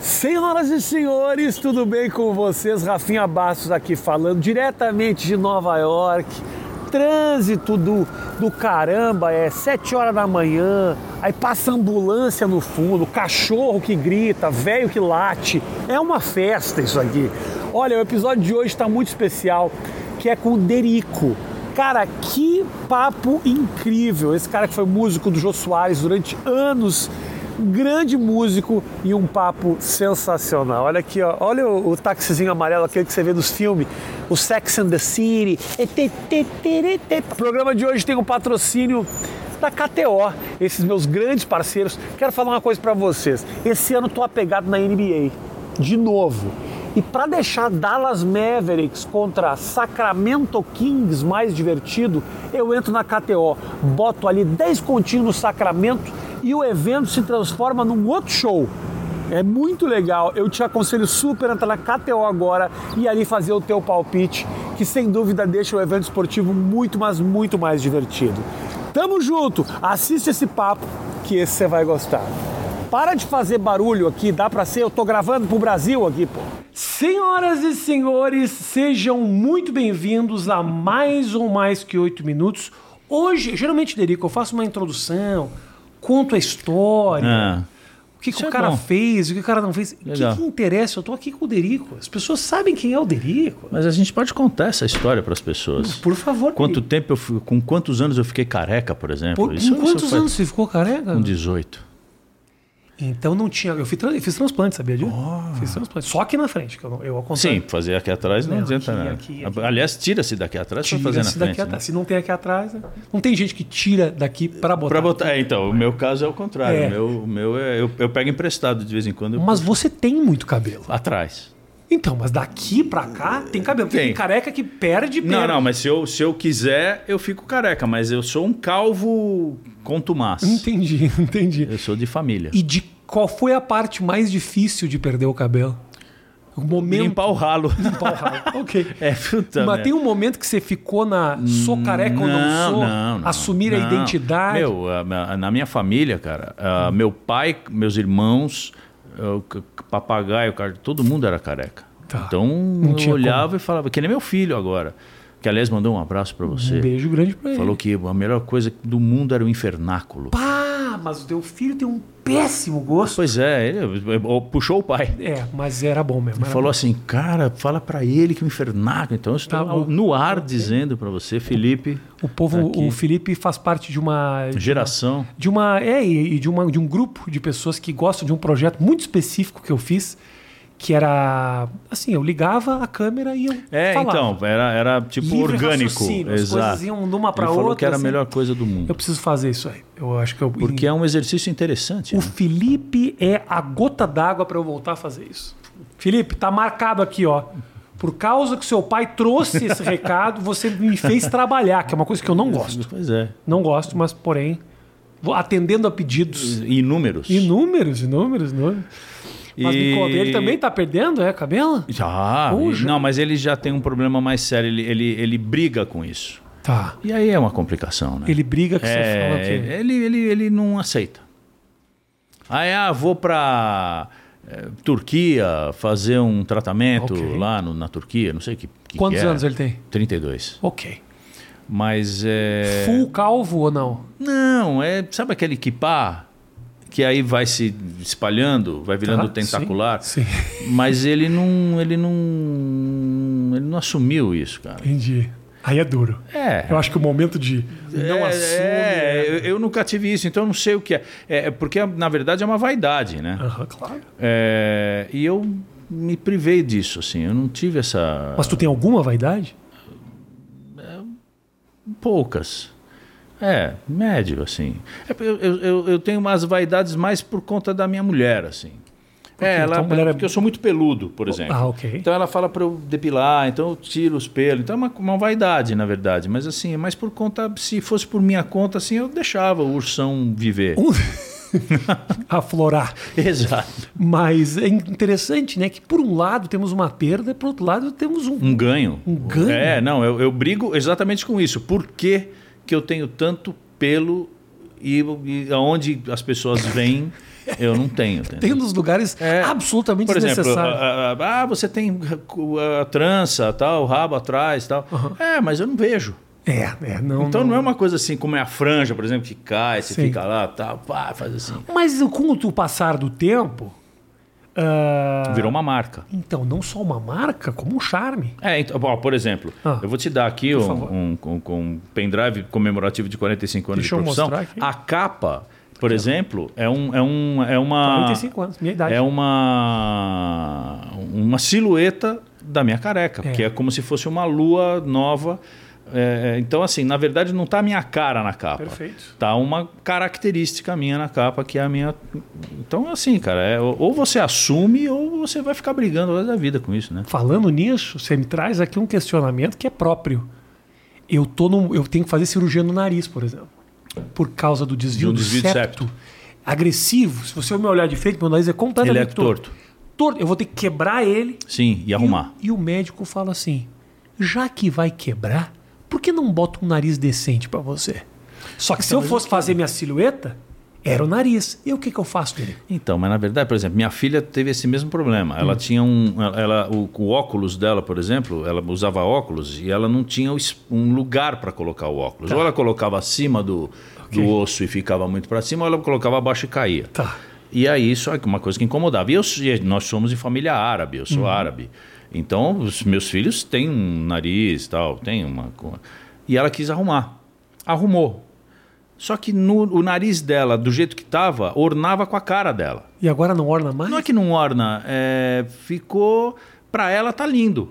Senhoras e senhores, tudo bem com vocês? Rafinha Bastos aqui falando diretamente de Nova York. Trânsito do, do caramba, é 7 horas da manhã, aí passa ambulância no fundo, cachorro que grita, velho que late. É uma festa isso aqui. Olha, o episódio de hoje está muito especial, que é com o Derico. Cara, que papo incrível! Esse cara que foi músico do Jô Soares durante anos grande músico e um papo sensacional. Olha aqui, ó. olha o, o taxizinho amarelo, aquele que você vê nos filmes, o Sex and the City. O programa de hoje tem um patrocínio da KTO, esses meus grandes parceiros. Quero falar uma coisa para vocês. Esse ano tô apegado na NBA, de novo. E para deixar Dallas Mavericks contra Sacramento Kings mais divertido, eu entro na KTO, boto ali 10 continhos no Sacramento e o evento se transforma num outro show. É muito legal. Eu te aconselho super a entrar na KTO agora e ali fazer o teu palpite, que sem dúvida deixa o evento esportivo muito, mas muito mais divertido. Tamo junto. Assiste esse papo que esse você vai gostar. Para de fazer barulho aqui, dá pra ser, eu tô gravando pro Brasil aqui, pô. Senhoras e senhores, sejam muito bem-vindos a mais ou mais que oito minutos. Hoje, geralmente, Derico, eu faço uma introdução, conto a história, Ah, o que, que Isso o é cara bom. fez, o que o cara não fez. O que, Legal. que interessa? Eu tô aqui com o Derico. As pessoas sabem quem é o Derico. mas a gente pode contar essa história para as pessoas. Por favor, Quanto Derico. tempo é eu fui, com quantos anos eu fiquei careca, por exemplo? Por, com quantos faz- anos você ficou careca? Com 18. Então não tinha. Eu fiz, tra- eu fiz transplante, sabia disso? Oh. Fiz transplante. Só aqui na frente, que eu, não- eu aconselho. Sim, fazer aqui atrás não, Não, adianta aqui, nada. aqui, aqui. Aliás, tira-se daqui atrás para Tira fazer tá na daqui frente. né? atrás. Se não tem aqui atrás, né? não tem gente que tira daqui pra botar. Para botar, é, então, o meu caso é o contrário. É. O meu, o meu é, eu, eu pego emprestado de vez em quando. eu- Mas você tem muito cabelo. Atrás. Então, mas daqui pra cá tem cabelo. Porque Tem. tem careca que perde, perde. Não, não, mas se eu, se eu quiser, eu fico careca, mas eu sou um calvo contumaz. Entendi, entendi. Eu sou de família. E de qual foi a parte mais difícil de perder o cabelo? O momento. Limpar o ralo. Limpar o ralo. ok. É, puta Mas merda. tem um momento que você ficou na sou careca ou não sou? assumir a não. identidade. Meu, a- a- na minha família, cara, a, meu pai, meus irmãos, ah, o c- c- papagaio, cara, todo mundo era careca. Tá. Então tinha eu olhava e falava, que nem meu filho agora. Que aliás mandou um abraço pra Um você. beijo grande pra ele. Falou que a melhor coisa do mundo era o infernáculo. Pá, mas o teu filho tem um péssimo gosto. Pois é, ele ele puxou o pai. É, mas era bom mesmo. era Falou assim, cara, fala pra ele que o infernáculo. Então eu estou Tá bom. no ar dizendo pra você, Felipe, bom. O povo, Aqui. o Felipe faz parte de uma geração. de uma é e e de uma de um grupo de pessoas que gostam de um projeto muito específico que eu fiz, que era assim, eu ligava a câmera e eu É, falava. então, era, era tipo Livre orgânico. raciocínio, as Exato. coisas iam de uma pra Ele falou outra, que era assim. a melhor coisa do mundo. Eu preciso fazer isso aí. Eu acho que eu Porque é um exercício interessante. O né? Felipe é a gota d'água para eu voltar a fazer isso. Felipe, tá marcado aqui, ó. Por causa que seu pai trouxe esse recado, você me fez trabalhar, que é uma coisa que eu não gosto. Pois é. Não gosto, mas porém, vou atendendo a pedidos Inúmeros. inúmeros, inúmeros, inúmeros. Mas me conta, ele também tá perdendo, é, cabelo? Já. Uh, ele- já. Não, mas ele já tem um problema mais sério. Ele, ele, ele briga com isso. Tá. E aí é uma complicação, né? Ele briga que você fala o é, quê? ele, ele, ele não aceita. Aí, ah, vou pra eh, Turquia fazer um tratamento Ok. lá no- na Turquia. Não sei o que, que Quantos que é. anos ele tem? 32. Ok. Mas é... Full calvo ou não? Não, é. Sabe aquele kipá? Que aí vai se espalhando, vai virando Tá, tentacular. Sim, sim. Mas ele não. Ele não. Ele não assumiu isso, cara. entendi. Aí é duro. É. Eu acho que o momento de não é, assume. né? é, eu, eu nunca tive isso, então eu não sei o que é. É, é porque, na verdade, é uma vaidade, né? Aham, claro. É, e eu me privei disso, assim. Eu não tive essa. Mas tu tem alguma vaidade? Poucas. É, médio, assim. É, Eu, eu, eu- eu tenho umas vaidades mais por conta da minha mulher, assim. É, então ela, a mulher é- porque eu sou muito peludo, por exemplo. Ah, ok. Então ela fala pra eu depilar, então eu tiro os pelos. Então é uma, uma vaidade, na verdade. Mas assim, é mais por conta. Se fosse por minha conta, assim, eu deixava o ursão viver. Um- Aflorar. Exato. Ah, Mas é interessante, né? Que por um lado temos uma perda, e por outro lado temos um. Um ganho. Um ganho? É, não, eu, eu brigo exatamente com isso. Por que, que eu tenho tanto pelo e, e aonde as pessoas vêm, eu não tenho. entendeu? Tem um dos lugares É. absolutamente Por exemplo, desnecessários. a- a- ah, você tem a, a trança, tal, o rabo atrás, tal. É, mas eu não vejo. é, é, não. Então não é uma coisa assim como é a franja, por exemplo, que cai, você Sim. fica lá, tal, pá, faz assim. Mas com o passar do tempo. ah, Virou uma marca. Então, não só uma marca, como um charme. É, então, ó, por exemplo, Ah. eu vou te dar aqui um, favor. um- um- um pendrive comemorativo de 45 anos Deixa eu de profissão. mostrar aqui. A capa, por exemplo, é, um, é, um, é uma. 45 anos, minha idade. É uma, uma silhueta da minha careca, É. que é como se fosse uma lua nova. É, então, assim, na verdade, não tá a minha cara na capa. Perfeito. Tá uma característica minha na capa, que é a minha. Então, assim, cara, é, ou você assume ou você vai ficar brigando o resto da vida com isso, né? Falando nisso, você me traz aqui um questionamento que é próprio. Eu, tô num, eu tenho que fazer cirurgia no nariz, por exemplo. Por causa do desvio, Do do, desvio de septo. Agressivo. Se você me olhar de frente, meu nariz é completamente Ele é torto. Torto. Eu vou ter que quebrar ele. Sim, e arrumar. E, o- e o médico fala assim: já que vai quebrar, por que não bota um nariz decente pra você? Só que se eu fosse fazer minha silhueta, era o nariz. E o que, que eu faço dele? Então, mas na verdade, por exemplo, minha filha teve esse mesmo problema. Ela tinha um. Ela, ela- o, o óculos dela, por exemplo, ela usava óculos e ela não tinha o es- um lugar para colocar o óculos. Ou ela colocava acima do, do osso e ficava muito para cima, ou ela colocava abaixo e caía. Tá. E aí isso é uma coisa que incomodava. E eu, e nós somos de família árabe, eu sou árabe. Então, os meus filhos têm um nariz e tal, tem uma. co- E ela quis arrumar. Arrumou. Só que no, o nariz dela, do jeito que estava, ornava com a cara dela. E agora não orna mais? Não é que não orna, é, ficou. Pra ela tá lindo.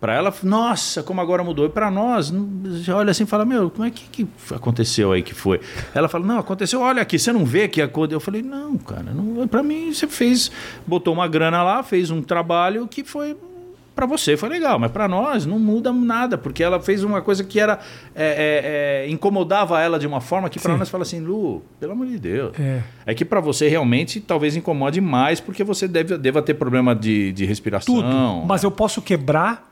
Pra ela, nossa, como agora mudou. E pra nós, não- você olha assim e fala: Meu, como é que, que aconteceu aí que foi? Ela fala: Não, aconteceu, olha aqui, você não vê que a cor. Eu falei: Não, cara, não, pra mim você fez, botou uma grana lá, fez um trabalho que foi. Pra você foi legal, mas pra nós não muda nada, porque ela fez uma coisa que era. é, é, é, incomodava ela de uma forma que pra nós fala assim: Lu, pelo amor de Deus. É. É que pra você realmente talvez incomode mais, porque você deve, deva ter problema de, de respiração. tudo. Mas eu posso quebrar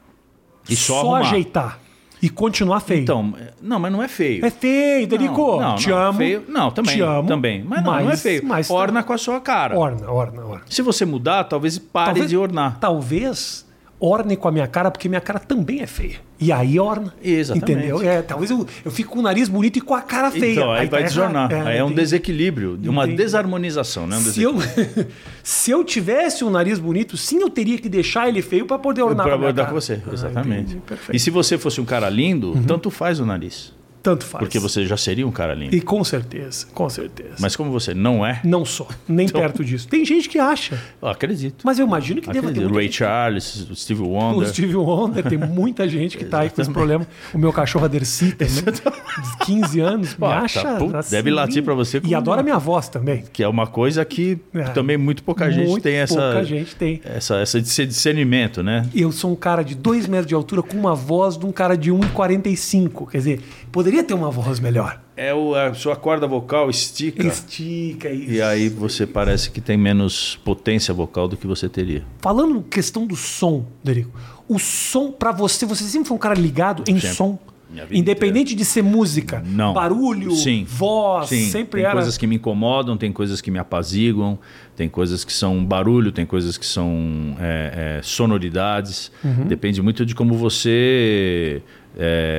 E só arrumar. ajeitar. E continuar feio. Então, não, mas não é feio. é feio, Derico. não, Te não, amo. feio- não, também, Te amo. também. Mas não, não é feio. mas tá- Orna com a sua cara. Orna, tá orna, orna. Se você mudar, talvez pare de ornar. Talvez orne com a minha cara, porque minha cara também é feia. E aí orna. Exatamente. Entendeu? É, talvez eu, eu fique com o nariz bonito e com a cara feia. Então, aí, vai tá desornar. errado. aí é um entendi. desequilíbrio, uma Entendi. desarmonização, né? Um Se eu, desequilíbrio. se eu tivesse um nariz bonito, sim, eu teria que deixar ele feio para poder ornar Pra com a minha abordar cara. com você, Ah, exatamente. entendi, e perfeito. Uhum. se você fosse um cara lindo, tanto faz o nariz. Tanto faz. Porque você já seria um cara lindo. E com certeza, com certeza. Mas como você não é, Não sou, nem perto disso. Tem gente que acha, eu acredito. mas eu imagino que deva ter Acredito. muita Ray gente. Charles, Steve O Wonder. Steve Wonder, tem muita gente que tá aí com esse problema. O meu cachorro, a Dercy, também, de 15 anos, me Pô, tá, acha... assim, pô, deve latir pra você E como- adora minha voz também. Que é uma coisa que É. também muito pouca gente Muito tem essa. pouca gente tem. Essa, essa, esse discernimento, né? Eu sou um cara de 2 metros de altura com uma voz de um cara de 1,45. Quer dizer, poderia ter uma voz melhor. É o, a sua corda vocal estica. Estica isso. Tá. E aí você parece que tem menos potência vocal do que você teria. Falando em questão do som, Derico, o som pra você, você sempre foi um cara ligado em Sempre. som. Minha vida Independente de ser música, Não. barulho, Sim. voz, Sim. sempre tem era. coisas que me incomodam, tem coisas que me apaziguam, tem coisas que são barulho, tem coisas que são é, é, sonoridades. Uhum. Depende muito de como você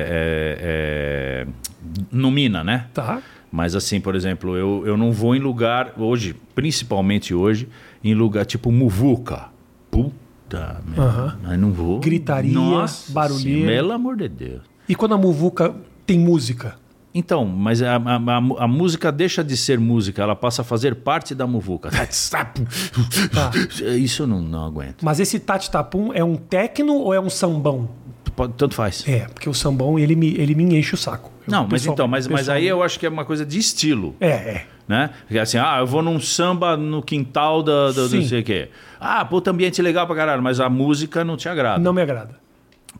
é, é, é, nomina, né? Tá. Mas assim, por exemplo, eu, eu não vou em lugar, hoje, principalmente hoje, em lugar tipo muvuca. Puta, meu, Aham. mas não vou. Gritaria, Nossa barulheira. Senhora, Pelo amor de Deus. E quando a muvuca tem música? Então, mas a, a- a- a música deixa de ser música, ela passa a fazer parte da muvuca. Tá. Isso eu não, não aguento. Mas esse tati-tapum é um tecno ou é um sambão? Pode- Tanto faz. É, porque o sambão ele me, ele me enche o saco. Eu, Não, mas pessoal- então, mas, mas pessoal- aí eu acho que é uma coisa de estilo. É, é. né? Porque assim, ah, eu vou num samba no quintal da, da- do Sim. não sei o quê. Ah, puta ambiente legal pra caralho, mas a música não te agrada. Não me agrada.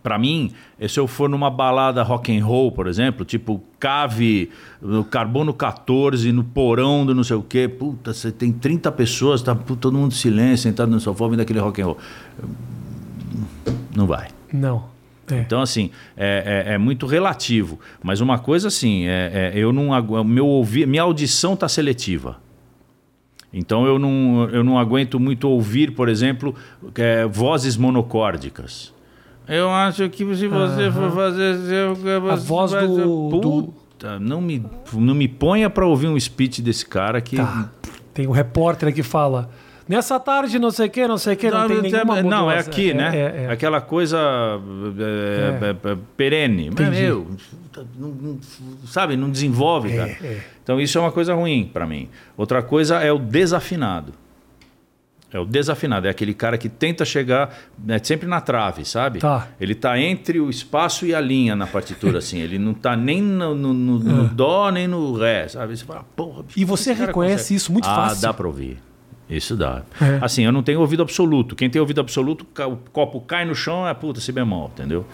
Pra mim, eh, se eu for numa balada rock and roll, por exemplo, tipo Cave, no Carbono 14, no porão do não sei o quê, puta, você tem 30 pessoas, tá puta, todo mundo em silêncio, sentado no sofá, vendo aquele rock and roll. Não vai. Não. É. Então, assim, é, é- é muito relativo. Mas uma coisa, assim, é, é- eu não agu- meu ouvi, minha audição está seletiva. Então eu não, eu não aguento muito ouvir, por exemplo, é, vozes monocórdicas. Eu acho que se você for fazer seu- A voz vai- do- Puta, não me não me ponha para ouvir um speech desse cara que Tá. Tem um repórter que fala. Nessa tarde, não sei o que, não sei o que, não, tem nenhuma não, é mudança." aqui, É, né? é, é. Aquela coisa é, é, é, perene. Mas, Entendi. meu, puta, não- não- sabe, não desenvolve, cara. é. Então isso é uma coisa ruim pra mim. Outra coisa é o desafinado. É o desafinado, é aquele cara que tenta chegar né, sempre na trave, sabe? Tá. Ele tá entre o espaço e a linha na partitura, assim. Ele não tá nem no, no- no- no dó, nem no ré, sabe? Você fala, "Ah, porra, bicho, É. E como você esse cara reconhece isso muito ah, fácil. dá pra ouvir. Isso dá. É. Assim, eu não tenho ouvido absoluto. Quem tem ouvido absoluto, ca- o copo cai no chão, é puta, si bemol, entendeu?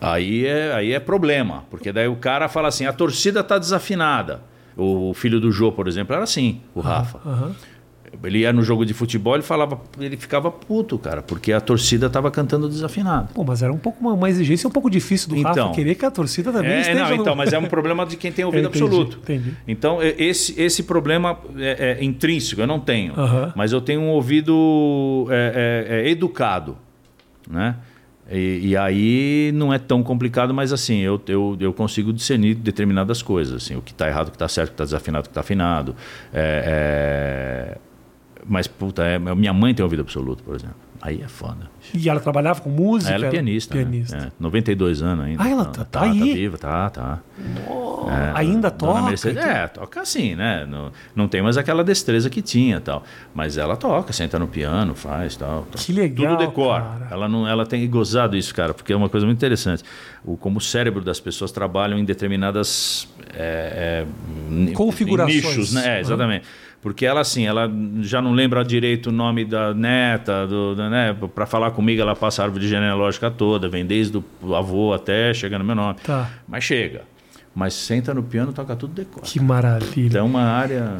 Aí é, aí é problema, porque daí o cara fala assim, a torcida tá desafinada. O filho do Jô, por exemplo, era assim, o Rafa. Aham. Ele ia no jogo de futebol, ele falava, ele ficava puto, cara, porque a torcida tava cantando desafinado. Pô, mas era um pouco uma, uma exigência um pouco difícil do Então. Rafa querer que a torcida também É, esteja. não, no- então, mas é um problema de quem tem ouvido Entendi, absoluto. entendi. Então, e- esse, esse problema é, é intrínseco, eu não tenho. Aham. Mas eu tenho um ouvido é, é, é, educado. Né? E, e aí não é tão complicado, mas assim, eu, eu, eu consigo discernir determinadas coisas. Assim, o que está errado, o que está certo, o que está desafinado, o que está afinado. É, é, Mas, puta, é- minha mãe tem ouvido absoluto, por exemplo. Aí é foda. E ela trabalhava com música. Ela é pianista. né? pianista. É, 92 anos ainda. Ah, ela tá- tá tá, aí. viva, tá, tá. Pô, É, Ainda Dona toca. então. Mercedes- é, toca assim, né? Não, não tem mais aquela destreza que tinha tal. Mas ela toca, senta no piano, faz tal. tal. Que legal, Tudo decora. cara. Ela, não, ela tem gozado isso, cara, porque é uma coisa muito interessante. O, como o cérebro das pessoas trabalham em determinadas. é, é, ni- Configurações. Nichos, né? Uhum. É, exatamente. Porque ela, assim, ela já não lembra direito o nome da neta, do, da, né? Pra falar comigo, ela passa a árvore genealógica toda, vem desde o avô até chegar no meu nome. Tá. Mas chega. Mas senta no piano, toca tudo decora. Que maravilha. É uma área.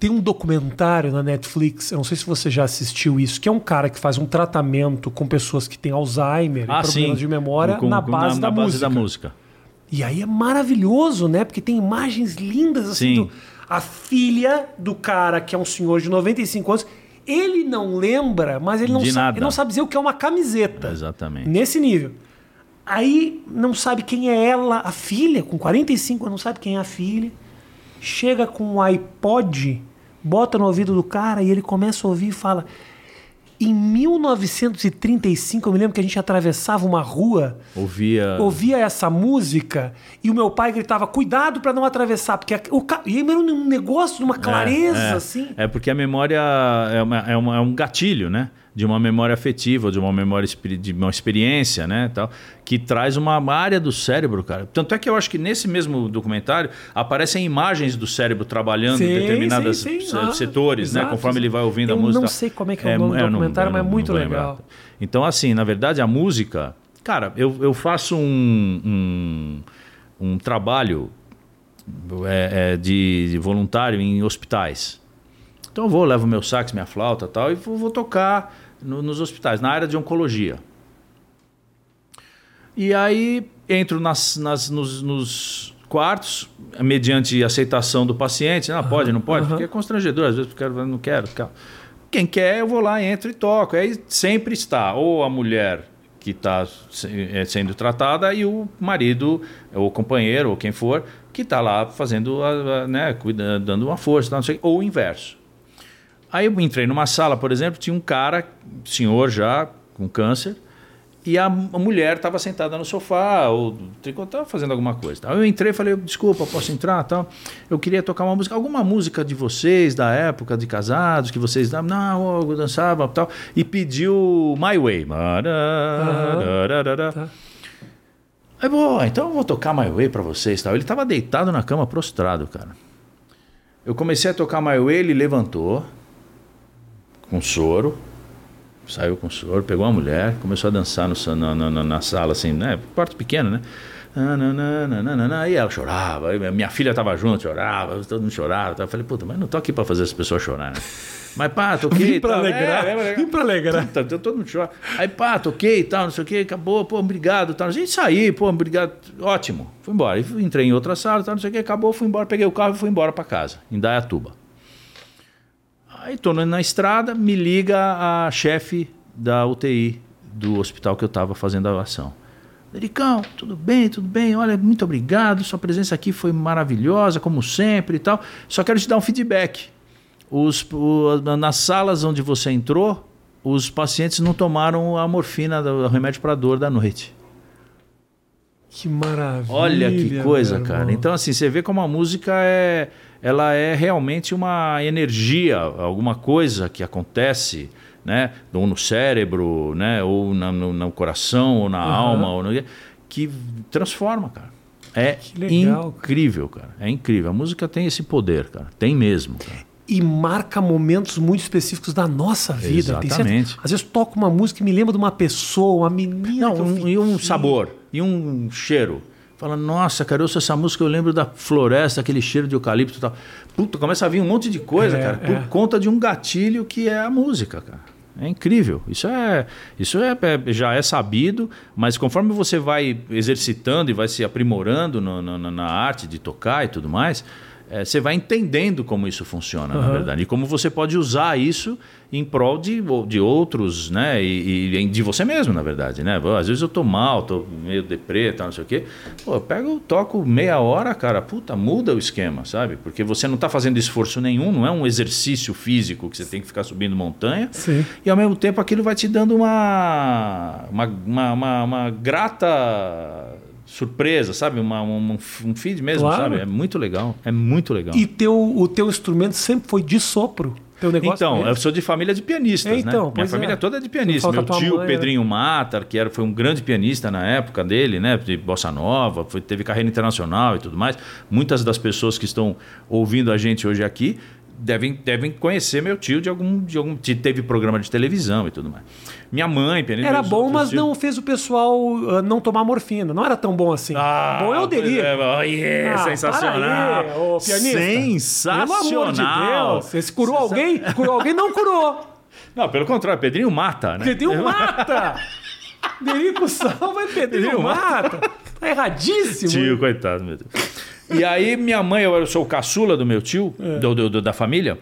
Tem um documentário na Netflix, eu não sei se você já assistiu isso, que é um cara que faz um tratamento com pessoas que têm Alzheimer e Ah, problemas de memória Ah, Com- na, com- base, da na base música. da música. E aí é maravilhoso, né? Porque tem imagens lindas assim. Sim. do- a filha do cara, que é um senhor de 95 anos, ele não lembra, mas ele não, De sabe, nada. ele não sabe dizer o que é uma camiseta. Exatamente. Nesse nível. Aí não sabe quem é ela, a filha, com 45 anos, não sabe quem é a filha. Chega com um iPod, bota no ouvido do cara e ele começa a ouvir e fala. Em 1935, eu me lembro que a gente atravessava uma rua Ouvia. ouvia essa música e o meu pai gritava: cuidado pra não atravessar, porque a- o ca... e aí era um negócio de uma É, clareza, é. assim. É porque a memória é, uma- é uma- é um gatilho, né? De uma memória afetiva, de uma memória experi- de uma experiência, né? Tal, que traz uma área do cérebro, cara. Tanto é que eu acho que nesse mesmo documentário aparecem imagens do cérebro trabalhando Sim, em determinados sim, sim. se- Ah, setores, né? exato, Conforme ele vai ouvindo Eu a música. não sei como é que é o nome do eu documentário, eu mas é muito vou legal. lembrar. Então, assim, na verdade, a música. Cara, eu, eu faço um, um, um trabalho é, é, de, de voluntário em hospitais. Então eu vou, levo meu sax, minha flauta e tal, e vou, vou tocar no- nos hospitais, na área de oncologia. E aí entro nas, nas- nos, nos quartos, mediante aceitação do paciente. Ah, pode, não pode? aham. Porque é constrangedor, às vezes eu quero, não quero. tal. Quem quer, eu vou lá, entro e toco. Aí sempre está ou a mulher que está sendo tratada e o marido, ou companheiro, ou quem for, que está lá fazendo, a- a- né, cuidando, dando uma força, tal, não sei, ou o inverso. Aí eu entrei numa sala, por exemplo, tinha um cara, senhor já, com câncer, e a, m- a mulher estava sentada no sofá, ou estava fazendo alguma coisa. Tal. Eu entrei e falei, desculpa, posso entrar? Tal. Eu queria tocar uma música, alguma música de vocês, da época de casados, que vocês davam, não, eu dançava tal. E pediu My Way. Tá. Aí, bom, então eu vou tocar My Way pra vocês tal. Ele tava deitado na cama, prostrado, cara. Eu comecei a tocar My Way, ele levantou com soro, saiu com soro, pegou uma mulher, começou a dançar no, sa- na, na- na- na sala, assim, né? Quarto pequeno, né? nananana, E ela chorava, e minha filha tava junto, chorava, todo mundo chorava. Eu falei, puta, mas não tô aqui pra fazer as pessoas chorarem. né?" Mas pá, toquei. Vim pra e tal. alegrar, É, é, é, vim pra alegrar. Puta, todo mundo chora. Aí pá, toquei e tal, não sei o que, acabou, pô, obrigado e tal. A gente saiu, pô, obrigado, ótimo. Fui embora. E fui- entrei em outra sala, tal, não sei o que, acabou, fui embora, peguei o carro e fui embora pra casa, em Dayatuba. Aí tô na estrada, me liga a chefe da UTI do hospital que eu tava fazendo a ação. Dericão, tudo bem, tudo bem. Olha, muito obrigado. Sua presença aqui foi maravilhosa, como sempre e tal. Só quero te dar um feedback. Os- o- nas salas onde você entrou, os pacientes não tomaram a morfina, o remédio para dor da noite. Que maravilha. Olha que coisa, meu cara. irmão. Então, assim, você vê como a música é. Ela é realmente uma energia, alguma coisa que acontece, né? Ou no cérebro, né? Ou na- no, no coração, ou na alma, ou no- que transforma, cara. É legal, cara. incrível, cara. É incrível. A música tem esse poder, cara. Tem mesmo, cara. E marca momentos muito específicos da nossa vida. Tem certo- Exatamente. Às vezes toco uma música e me lembro de uma pessoa, uma menina. Não, que eu um- fiquei- e um sabor, e um cheiro. Fala, nossa, cara, eu ouço essa música, eu lembro da floresta, aquele cheiro de eucalipto e tal. Puta, começa a vir um monte de coisa, É, cara, por é. conta de um gatilho que é a música, cara. É incrível. Isso é, isso é, é- já é sabido, mas conforme você vai exercitando e vai se aprimorando no- no- no- na arte de tocar e tudo mais, é, você vai entendendo como isso funciona, na verdade, e como você pode usar isso em prol de, de outros, né, e, e de você mesmo, na verdade, né? Às vezes eu tô mal, tô meio deprê, tal, não sei o quê. Pô, eu pego, toco meia hora, cara, puta, muda o esquema, sabe? Porque você não tá fazendo esforço nenhum, não é um exercício físico que você tem que ficar subindo montanha. Sim. E ao mesmo tempo aquilo vai te dando uma, uma, uma, uma- uma grata surpresa, sabe? Uma, um, um feed mesmo, Claro. sabe? É muito legal. É muito legal. E teu, o teu instrumento sempre foi de sopro. Teu negócio é Então, mesmo. eu sou de família de pianistas, É, então, né? Minha pois família é. toda é de Você pianista. fala Meu com a tua tio, mãe, né? Pedrinho Matar, que era, foi um grande pianista na época dele, né? De bossa nova, foi- teve carreira internacional e tudo mais. Muitas das pessoas que estão ouvindo a gente hoje aqui devem, devem conhecer meu tio de algum, de algum... de- Teve programa de televisão e tudo mais. Minha mãe, pianista... Era meus bom, outros mas tios- não fez o pessoal ah, não tomar morfina. Não era tão bom assim. Ah, bom eu pois diria. é, oh, yeah, Ah, sensacional. para aí, ô, pianista. Sensacional. Pelo amor de Deus. Você curou alguém? Curou alguém? Não curou. Não, pelo contrário, Pedrinho mata, né? Pedrinho mata. Derico salva e Pedrinho Pedrinho mata. Tá erradíssimo. Tio, coitado, meu Deus. E aí, minha mãe, eu era- sou o caçula do meu tio, do- do- do- da família.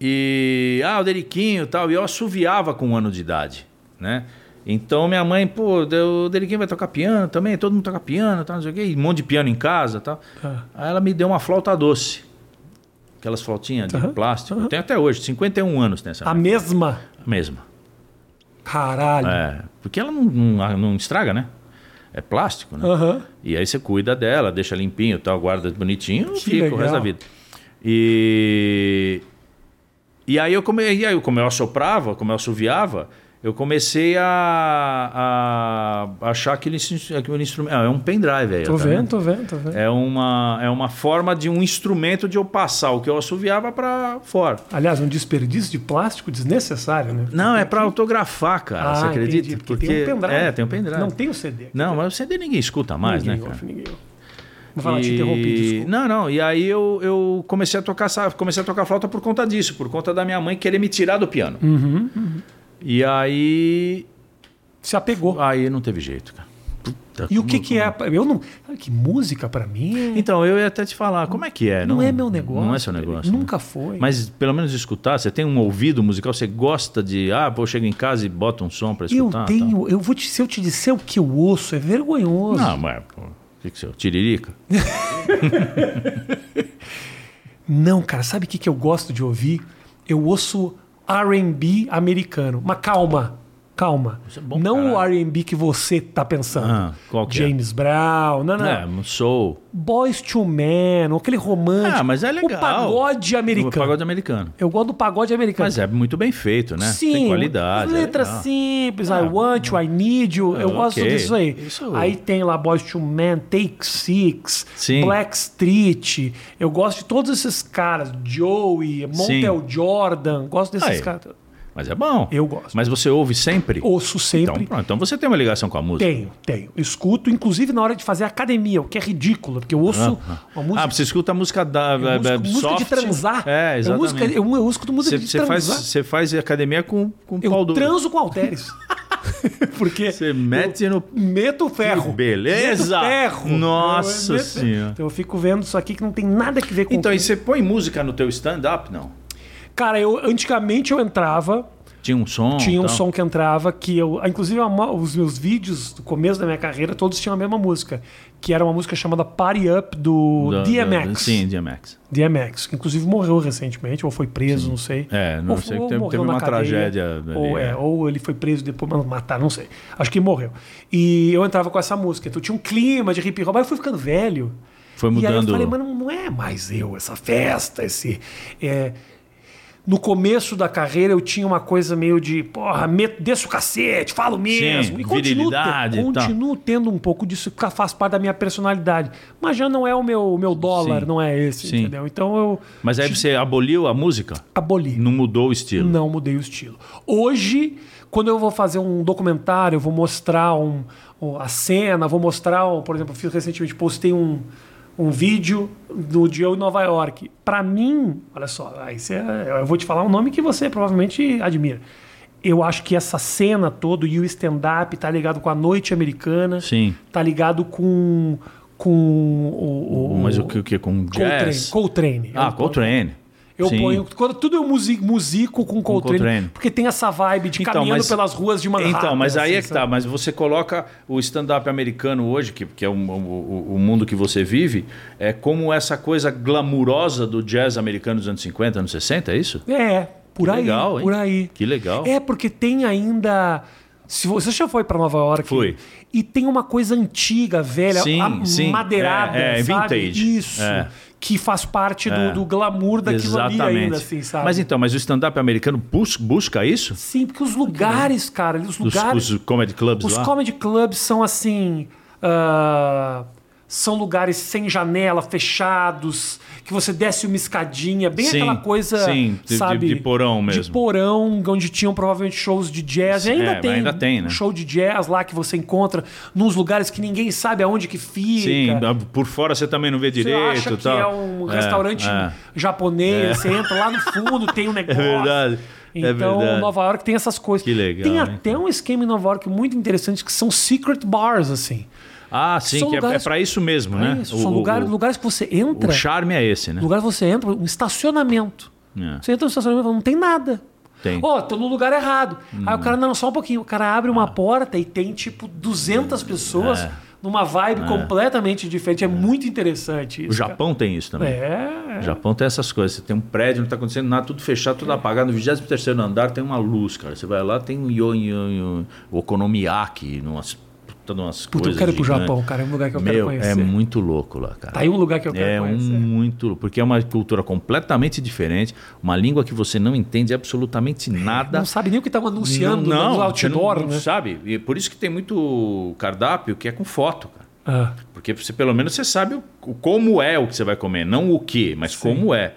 E. Ah, o Deriquinho e tal. E eu assoviava com um ano de idade, né? Então minha mãe, pô, deu- o Deriquinho vai tocar piano também, todo mundo toca piano, tal, não sei o quê, e um monte de piano em casa e tal. Aí ela me deu uma flauta doce. Aquelas flautinhas de plástico. Tem até hoje, 51 anos tem essa A mesma. mesma. Caralho. É, porque ela não, não- não estraga, né? É plástico, né? Aham. E aí você cuida dela, deixa limpinho, e tal, guarda bonitinho, Que fica o resto legal. da vida. E e aí eu come... e aí eu- como eu assoprava, como eu assoviava, eu comecei a, a achar aquele, instru- aquele instrumento, Ah, é um pendrive aí, Tô tá vendo, tô vendo, tô vendo. É uma, é uma forma de um instrumento de eu passar o que eu assoviava pra fora. Aliás, um desperdício de plástico desnecessário, né? Não, é pra autografar, cara. Ah, você acredita? entendi, porque, tem um pendrive. É, tem um pendrive. Não tem o CD. Não, mas o CD ninguém escuta mais, ninguém né, cara? ouve, ninguém ouve. Vou falar, te E- interrompi, desculpa. Não, não. E aí eu, eu comecei a tocar essa- comecei a tocar flauta por conta disso, por conta da minha mãe querer me tirar do piano. Uhum, E aí Se apegou. aí não teve jeito, cara. Puta, E o como- que que é? Eu não... Cara, que música pra mim é... Então eu ia até te falar, como é que é? Não, é meu negócio. Não é seu negócio. né? Nunca foi. Mas pelo menos escutar, você tem um ouvido musical, você gosta de, ah, pô, chega em casa e bota um som pra eu escutar. tenho... tal. Eu vou te... Se eu te disser o que eu ouço, é vergonhoso. Não, mas pô, o que que você, tiririca? Não, cara, sabe o que, que eu gosto de ouvir? Eu ouço RB americano. Mas calma, calma. Isso é bom pra não o caralho. RB que você tá pensando. Ah, qual que é? James Brown, não, não. É, soul. Boys to Men, aquele romântico. Ah, mas é legal. O pagode americano. O um pagode é americano. Eu gosto do pagode americano. Mas é muito bem feito, né? Sim, Tem qualidade. Letra é, simples, Ah, I want you, I need you. eu Ah, gosto ok. disso aí. Isso- Aí tem lá Boys to Men, Take Six, Sim. Black Street. Eu gosto de todos esses caras. Joey, Montel Jordan. Gosto desses Aí. caras. Mas é bom. Eu gosto. Mas você ouve sempre? Ouço sempre. Então, pronto. Então você tem uma ligação com a música. Tenho, tenho. Escuto, inclusive na hora de fazer academia, o que é ridículo, porque eu ouço uma música. Ah, você escuta a música da é, música, é, música soft. de transar. É, Eu, música, exatamente. eu, eu escuto música Você de você faz, transar. você faz academia com, com eu pau duro. transo com halteres. porque Você mete no... meto o ferro. Que beleza! Meto o ferro. Nossa Eu- eu- Senhora. Então eu fico vendo isso aqui que não tem nada que ver com... Então, e você põe música no teu stand-up? Não. Cara, eu, antigamente eu entrava... Tinha um som? Tinha um tal? som que entrava que eu. ah, Inclusive, a mo- os meus vídeos do começo da minha carreira, todos tinham a mesma música. Que era uma música chamada Party Up do, Da- da- DMX. sim, DMX. DMX, que inclusive morreu recentemente, ou foi preso, não sei. É, não Ou- sei, ou teve- morreu teve na uma cadeia, tragédia ali, Ou, é, é. ou ele foi preso e depois mas mataram, não sei. Acho que morreu. E eu entrava com essa música. Então tinha um clima de hip hop, mas eu fui ficando velho. Foi E aí eu mudando. falei, mano, não é mais eu, essa festa, esse. é, No começo da carreira eu tinha uma coisa meio de, porra, meto, desço o cacete, falo mesmo. e continuo, virilidade te- e tal. continuo tendo um pouco disso, que faz parte da minha personalidade. Mas já não é o meu, o meu dólar, Sim. não é esse, Sim. entendeu? Então eu Mas aí você aboliu a música? aboli. Não mudou o estilo? Não mudei o estilo. Hoje, quando eu vou fazer um documentário, eu vou mostrar um, um- a cena, vou mostrar, um- por exemplo, eu fiz recentemente, postei um, um vídeo do de eu em Nova York. Pra mim, olha só, aí você- eu vou te falar um nome que você provavelmente admira. Eu acho que essa cena toda e o stand-up tá ligado com a noite americana, Sim. tá ligado com, com o, o, Mas o que? O que com Coltrane. jazz? é Coltrane. Ah, Coltrane. Eu Sim. ponho. Quando tudo eu musico, musico com Coltrane, Coltrane. Porque tem essa vibe de Então, caminhando mas- pelas ruas de Manhattan. Então, mas aí assim, é que sabe? tá. Mas você coloca o stand-up americano hoje, que, que é o, o- o mundo que você vive, é como essa coisa glamurosa do jazz americano dos anos 50, anos 60, é isso? É, por Que aí. legal, hein? Por aí. Que legal. É, porque tem ainda. Se você já foi pra Nova York. Fui. E tem uma coisa antiga, velha, Sim, a- sim. madeirada. É, é, sabe? vintage. Isso. É. Que faz parte do, do glamour daquilo ali ainda, assim, sabe? Mas então, mas o stand-up americano bus- busca isso? Sim, porque os lugares, cara, os Os, lugares. os comedy clubs Os lá? comedy clubs são assim. ah, são lugares sem janela, fechados, que você desce uma escadinha, bem Sim, aquela coisa. sim, de- de- sabe, de porão De mesmo. porão, onde tinham provavelmente shows de jazz. E Sim, ainda é, tem. ainda tem, né? Show de jazz lá que você encontra nos lugares que ninguém sabe aonde que fica. Sim, ah, por fora você também não vê Você direito. acha que tal. é um restaurante é. japonês, você entra lá no fundo, tem um negócio. verdade, é Então, verdade. Nova York tem essas coisas. Que legal, Tem hein, até um esquema em Nova York muito interessante que são secret bars, assim. Ah, sim, São que é- lugares- é pra isso mesmo, né? É isso, são lugar- lugares que você entra. o charme é esse, né? Lugar que você entra, um estacionamento. É. Você entra no estacionamento e fala, não tem nada. Tem. Hum. Ó, tô no lugar errado. Aí o cara, não, só um pouquinho. O cara abre Ah. uma porta e tem, tipo, É. 200 pessoas numa vibe completamente diferente. É muito interessante isso. O Japão tem isso cara. também. É. O Japão tem essas coisas. Você tem um prédio, não tá acontecendo nada, tudo fechado, É. tudo apagado. No 23 andar tem uma luz, cara. Você vai lá, tem um yon, yon, yon, o okonomiyaki, umas, puta, de umas Puta, coisas. eu quero ir pro gigantes. Japão, cara. É um lugar que eu quero Meu, conhecer. é muito louco lá, cara. Tá aí um lugar que eu quero É um conhecer. muito, porque é uma cultura completamente diferente, uma língua que você não entende absolutamente nada. É, Não sabe nem o que estavam anunciando não, no você não- outdoor, não né? sabe? E por isso que tem muito cardápio que é com foto, cara. Ah, Porque você, pelo menos você sabe o, o como é o que você vai comer, não o que, mas como é.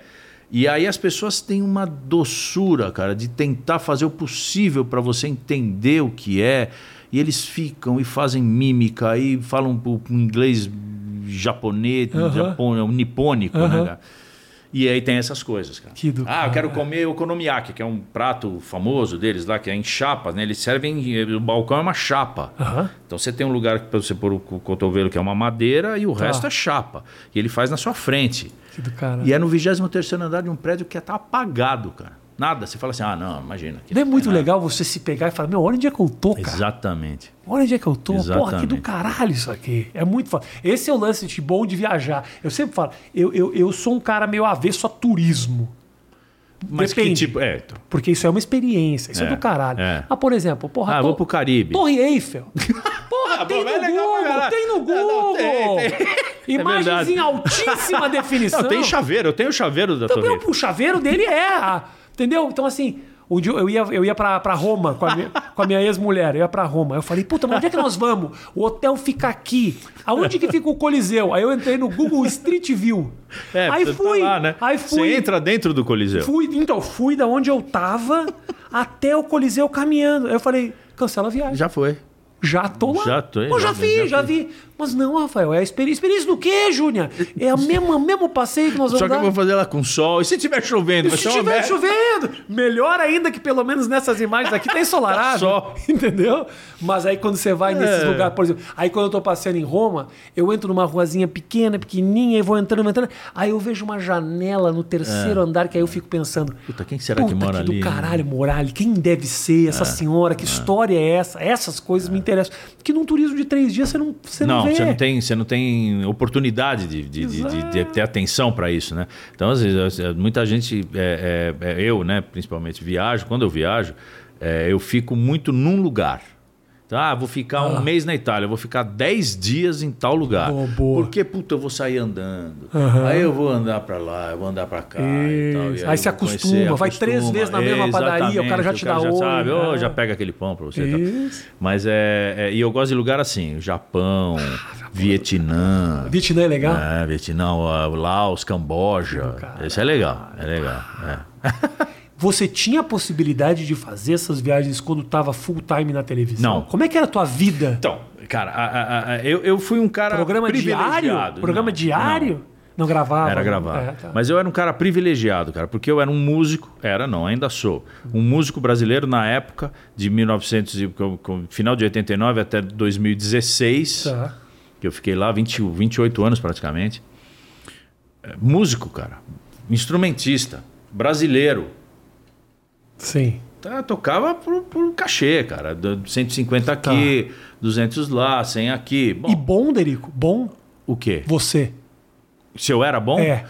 E aí as pessoas têm uma doçura, cara, de tentar fazer o possível para você entender o que é. E eles ficam e fazem mímica e falam o- um inglês japonês, Aham. japon- nipônico, né, Aham. cara? E aí tem essas coisas, cara. Que do ah, eu cara. quero comer okonomiyaki, que é um prato famoso deles lá, que é em chapas, né? Eles servem... O balcão é uma chapa. Aham. Então você tem um lugar para você pôr o co- cotovelo, que é uma madeira, e o Tá. resto é chapa. E ele faz na sua frente. que do cara. E é no 23 andar de um prédio que tá apagado, cara. Nada. Você fala assim, ah, não, imagina. aqui Não é tem muito nada. legal você se pegar e falar, meu, olha onde é que eu tô, cara. Exatamente. Olha onde é que eu tô. Porra, que Exatamente. do caralho isso aqui. É muito foda. Esse é o lance de bom de viajar. Eu sempre falo, eu, eu, eu sou um cara meio avesso a turismo. Mas que Depende. tipo... É, então. Porque isso é uma experiência, isso é, É, do caralho. é. Ah, por exemplo, porra. Ah, tô- vou pro Caribe. Torre Eiffel. Porra, tem, bom, é no legal pra Google, caralho. tem no É, não, Google, tem, É Imagens verdade. em altíssima definição. Não, tem chaveiro. Eu tenho o chaveiro da Também torre. o chaveiro dele é. a- Entendeu? Então, assim, Onde eu eu ia, eu ia pra, pra Roma com a minha, com a minha ex-mulher, eu ia pra Roma. Eu falei, puta, mas onde é que nós vamos? O hotel fica aqui. Aonde que fica o Coliseu? Aí eu entrei no Google Street View. É, aí tá fui. lá, né? Aí fui. Você entra dentro do Coliseu. Fui, então, fui da onde eu tava até o Coliseu caminhando. Aí eu falei, cancela a viagem. Já foi. Já tô lá. Já tô, Pô, já, já- vi, já, já vi. Mas não, Rafael, é a experiência. Experiência do quê, Júnior? É o mesmo, mesmo passeio que nós vamos Só que dar. eu vou fazer ela com sol. E se tiver chovendo? E Vai se ser estiver uma merda. chovendo, melhor ainda que pelo menos nessas imagens aqui tá ensolarado. Tá sol. Entendeu? Mas aí quando você vai nesses É. lugares, por exemplo, aí quando eu tô passeando em Roma, eu entro numa ruazinha pequena, pequenininha, e vou entrando, vou entrando, aí eu vejo uma janela no terceiro andar, que aí eu fico pensando... É. Puta, quem será que "Puta mora do ali, né?" É. caralho, Morale, quem deve ser essa senhora, que história é essa? Essas coisas me interessam. Que num turismo de três dias você não, você não, Não, vê. você não tem, você não tem oportunidade de, de- de- de- de ter atenção para isso, né? Então, às vezes, às- muita gente, é, é, é, eu, né, principalmente, viajo, quando eu viajo, é, eu fico muito num lugar. Então, ah, vou ficar um mês na Itália, vou ficar 10 dias em tal lugar. Boa, boa. Porque, puta, eu vou sair andando. Aham. Aí eu vou andar para lá, eu vou andar para cá. E tal, e Isso. aí Aí eu você vou conhecer, acostuma, vai três acostuma. vezes na mesma padaria, o cara já Exatamente, te dá já oi, sabe, "Ô, né?" já pega aquele pão para você. e tal. Isso. Mas é, é- E eu gosto de lugar assim: Ah, Japão, Vietnã. é Vietnã é legal? É, Vietnã, ó, Laos, Camboja. Cara. Isso é legal. É legal. é. Você tinha a possibilidade de fazer essas viagens quando estava full time na televisão? Não. Como é que era a tua vida? Então, cara, a- a- a- eu, eu fui um cara. programa privilegiado. diário? Programa Não, diário? Não. gravava. Era não- gravado. É, tá. Mas eu era um cara privilegiado, cara, porque eu era um músico, era não, ainda sou, um músico brasileiro na época de 1900 e com- com- final de 89 até 2016, Tá. que eu fiquei lá 20, 28 anos praticamente. É, músico, cara, instrumentista, brasileiro, Sim. Tá, tocava por, por cachê, cara, do- 150 aqui, 200 lá, 100 aqui. Bom, Tá. E bom, Derico? Bom o quê? você. Se eu era bom? É.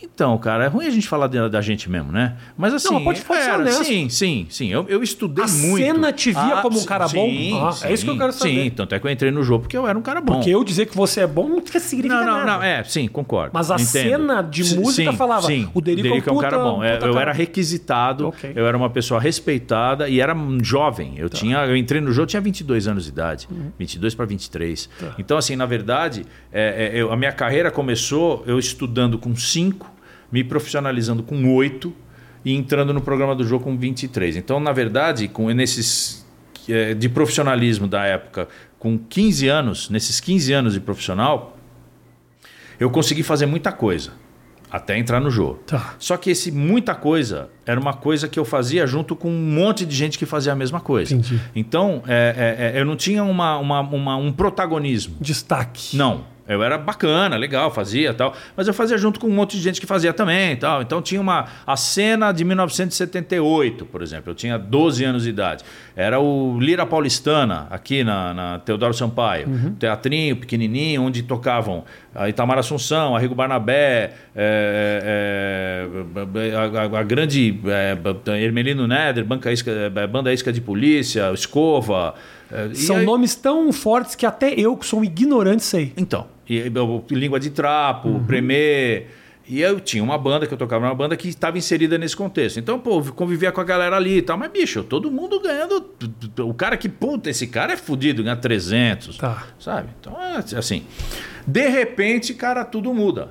Então, cara, é ruim a gente falar da, da gente mesmo, né? Mas assim. mas pode- pode ser era, honesto. Sim, sim, sim. Eu, eu estudei A muito. Ah, cena te via como um sim, cara bom? Sim, Ah, sim, é isso que eu quero saber. Sim, tanto é que eu entrei no jogo porque eu era um cara bom. Porque eu dizer que você é bom não significa Não, não, nada. não, é, sim, concordo. Mas a cena de música falava, o Derico é um é um cara puta- bom. É, puta eu cara. era requisitado, Ok. Tá. eu era uma pessoa respeitada e era um jovem. Eu tinha, eu entrei no jogo, eu tinha 22 anos de idade, Uhum. 22 para 23. Tá. Então, assim, na verdade, é, é, eu- a minha carreira começou eu estudando com 5, me profissionalizando com 8 e entrando no programa do jogo com 23. Então, na verdade, com nesses é, de profissionalismo da época, com 15 anos, nesses 15 anos de profissional, eu consegui fazer muita coisa até entrar no jogo. Tá. Só que esse muita coisa era uma coisa que eu fazia junto com um monte de gente que fazia a mesma coisa. Entendi. Então, é, é, é, eu não tinha uma- uma- uma- um protagonismo. Destaque. Não. Eu era bacana, legal, fazia tal. Mas eu fazia junto com um monte de gente que fazia também tal. Então tinha uma. A cena de 1978, por exemplo. Eu tinha 12 anos de idade. Era o Lira Paulistana, aqui na, na Teodoro Sampaio. Teatrinho pequenininho, onde tocavam a Itamar Assunção, Arrigo Barnabé, é, é, a, a- a grande é, Hermelino Neder, banca isca, é, Banda Isca de Polícia, Escova. é, e São aí- nomes tão fortes que até eu, que sou um ignorante, sei. então, e, e- eu- língua de trapo, premê. E eu tinha uma banda que eu tocava numa banda que estava inserida nesse contexto. Então, pô, eu convivia com a galera ali e tal. Mas, bicho, todo mundo ganhando. O cara que, puta, esse cara é fudido, ganha 300. Tá. Sabe? Então, é assim. De repente, cara, tudo muda.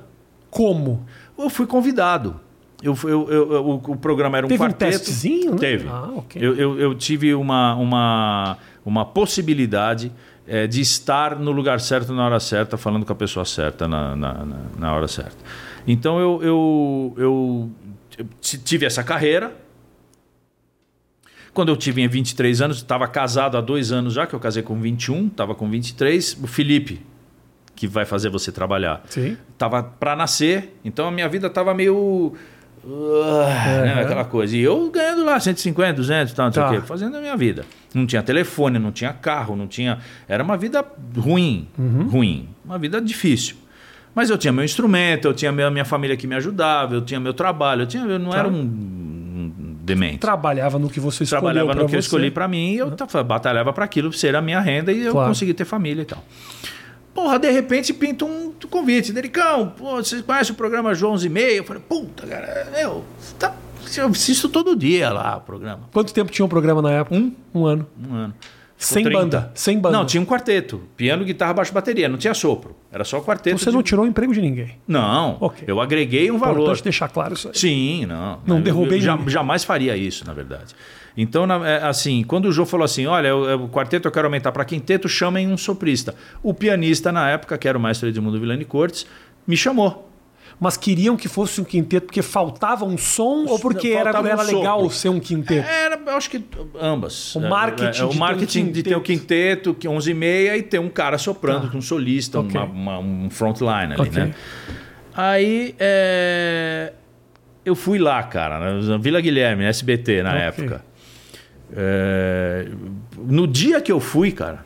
Como? Eu fui convidado. Eu, fui- eu- eu- eu- o, o programa era um Teve um quarteto. testezinho, né? Teve. Ah, ok. eu, eu- eu tive uma, uma, uma possibilidade eh, de estar no lugar certo, na hora certa, falando com a pessoa certa, na, na, na- na hora certa. Então eu, eu, eu, eu ti- tive essa carreira. Quando eu tive 23 anos, estava casado há dois anos já, que eu casei com 21, estava com 23. O Felipe, que vai fazer você trabalhar Sim. tava para nascer, então a minha vida tava meio uh, né, aquela coisa. E eu ganhando lá 150, 200, tal, não sei Tá. o quê, fazendo a minha vida. Não tinha telefone, não tinha carro, não tinha, era uma vida ruim, ruim, uma vida difícil. Mas eu tinha meu instrumento, eu tinha minha, minha família que me ajudava, eu tinha meu trabalho, eu tinha, eu não era um, um demente. Trabalhava no que você escolheu Trabalhava pra no que eu você. Uhum. escolhi pra mim, eu tava- batalhava pra aquilo ser a minha renda e eu Claro. consegui ter família e tal. Porra, de repente pinta um convite. Dericão, pô, você conhece o programa João 11 e meia? Eu falei, puta, cara, meu, você tá, Eu assisto todo dia lá o programa. Quanto tempo tinha um programa na época? Um? Um ano. Um ano. Ficou Sem 30. banda, sem banda. Não, tinha um quarteto. Piano, guitarra, baixo, bateria. Não tinha sopro. Era só quarteto. Então Você de- não tirou o emprego de ninguém. Não. Ok. Eu agreguei um valor. Importante deixar claro isso aí. Sim, não. Não Eu- derrubei eu ja- ninguém. jamais faria isso, na verdade. Então, na- é, assim, quando o Jô falou assim, olha, eu- eu- o quarteto eu quero aumentar para quinteto, chamem um soprista. O pianista, na época, que era o maestro Edmundo Villani Cortes, me chamou. Mas queriam que fosse um quinteto porque faltava um som ou porque era, Faltava um era legal sopro. ser um quinteto? É, Era, eu acho que ambas. O É, marketing é, de o ter um marketing de ter o quinteto, que 11 e meia, e ter um cara soprando, um solista, Tá. Ok. uma- uma- um frontline ali, Ok. né? Aí é, eu fui lá, cara, na Vila Guilherme, SBT na Ok. época. É, no dia que eu fui, cara,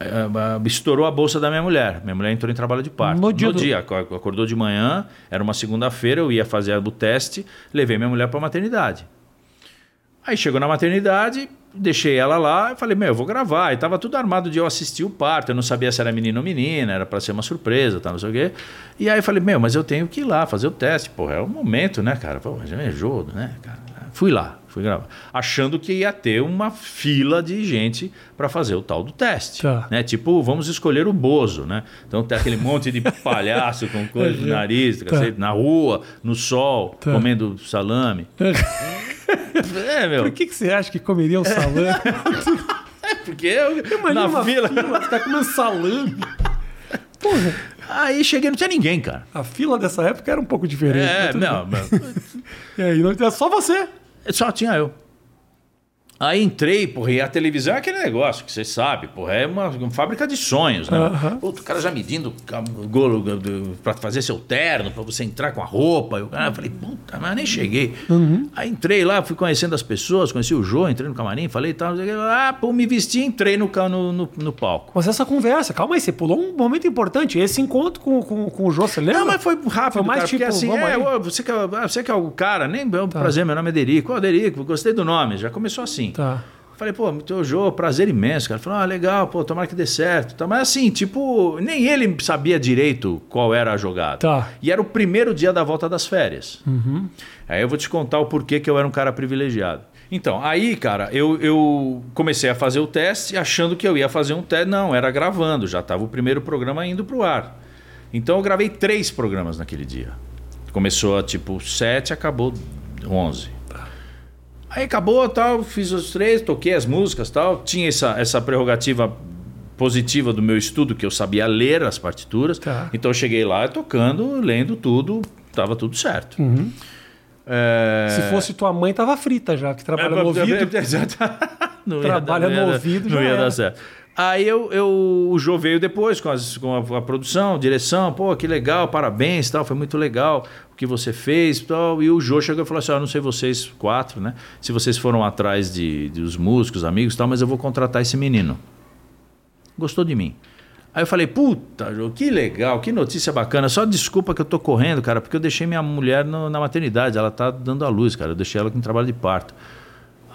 é, a- estourou a bolsa da minha mulher. Minha mulher entrou em trabalho de parto. No dia do- ac- acordou de manhã, era uma segunda-feira, eu ia fazer o teste, levei minha mulher pra maternidade. Aí chegou na maternidade, deixei ela lá e falei, meu, eu vou gravar. E tava tudo armado de eu assistir o parto, eu não sabia se era menino ou menina, era pra ser uma surpresa, tá, não sei o quê. E aí eu falei, meu, mas eu tenho que ir lá fazer o teste. Porra, é o momento, né, cara? Pô, mas é jogo, né, cara? Fui lá, fui gravar. Achando que ia ter uma fila de gente pra fazer o tal do teste. Tá. Né? Tipo, vamos escolher o Bozo, né? Então tem aquele monte de palhaço com coisa no nariz, cacete, na rua, no sol, Tá. comendo salame. É, meu. Por que, que você acha que comeria um salame? Porque eu, Imagina na uma fila. fila, você tá comendo salame. Porra, Aí cheguei, não tinha ninguém, cara. a fila dessa época era um pouco diferente. mas É, tudo não, mas- bem. E aí, não, é só você. só tinha eu. Aí entrei, porra, e a televisão é aquele negócio que você sabe, porra, é uma, uma fábrica de sonhos, né? Aham. Outro cara já medindo a- golo do- pra fazer seu terno, pra você entrar com a roupa. Eu, ah, eu falei, puta, mas eu nem cheguei. Aí entrei lá, fui conhecendo as pessoas, conheci o Jô, entrei no camarim, falei e tal, não sei o quê. ah, pô, me vesti e entrei no, ca- no, no, no palco. Mas essa conversa, calma aí, você pulou um momento importante. Esse encontro com, com, com o Jô, você lembra? Não, mas foi rápido, Foi mais cara, porque tipo, assim, vamos é, aí. ô, você, que é, ah, você que é o cara, nem é um prazer, meu nome é Derico. Ô, Derico, gostei do nome, já começou assim. Tá. Falei, pô, teu Jô, prazer imenso, cara. Falei, ah, legal, pô, tomara que dê certo. Tá, Mas assim, tipo, nem ele sabia direito qual era a jogada. Tá. E era o primeiro dia da volta das férias. Aí eu vou te contar o porquê que eu era um cara privilegiado. Então, aí, cara, eu, eu comecei a fazer o teste achando que eu ia fazer um teste. Não, era gravando, já estava o primeiro programa indo pro ar. Então eu gravei três programas naquele dia. Começou a tipo 7, acabou 11. Aí acabou, tal, fiz os três, toquei as músicas, tal. Tinha essa, essa prerrogativa positiva do meu estudo, que eu sabia ler as partituras. Tá. Então eu cheguei lá tocando, lendo tudo, tava tudo certo. É... Se fosse tua mãe, tava frita já, que trabalha no ouvido. Exato. Não ia dar- Trabalha não no ia dar- ouvido, já Não ia era. dar certo. Aí eu, eu, o Jô veio depois com, as- com a, a produção, direção, pô, que legal, parabéns, tal, foi muito legal o que você fez, tal. E o Jô chegou e falou assim, ó, não sei vocês quatro, né, se vocês foram atrás de, dos músicos, amigos, tal, mas eu vou contratar esse menino. Gostou de mim. Aí eu falei, puta, Jô, que legal, que notícia bacana. Só desculpa que eu tô correndo, cara, porque eu deixei minha mulher no- na maternidade, ela tá dando à luz, cara, eu deixei ela com trabalho de parto.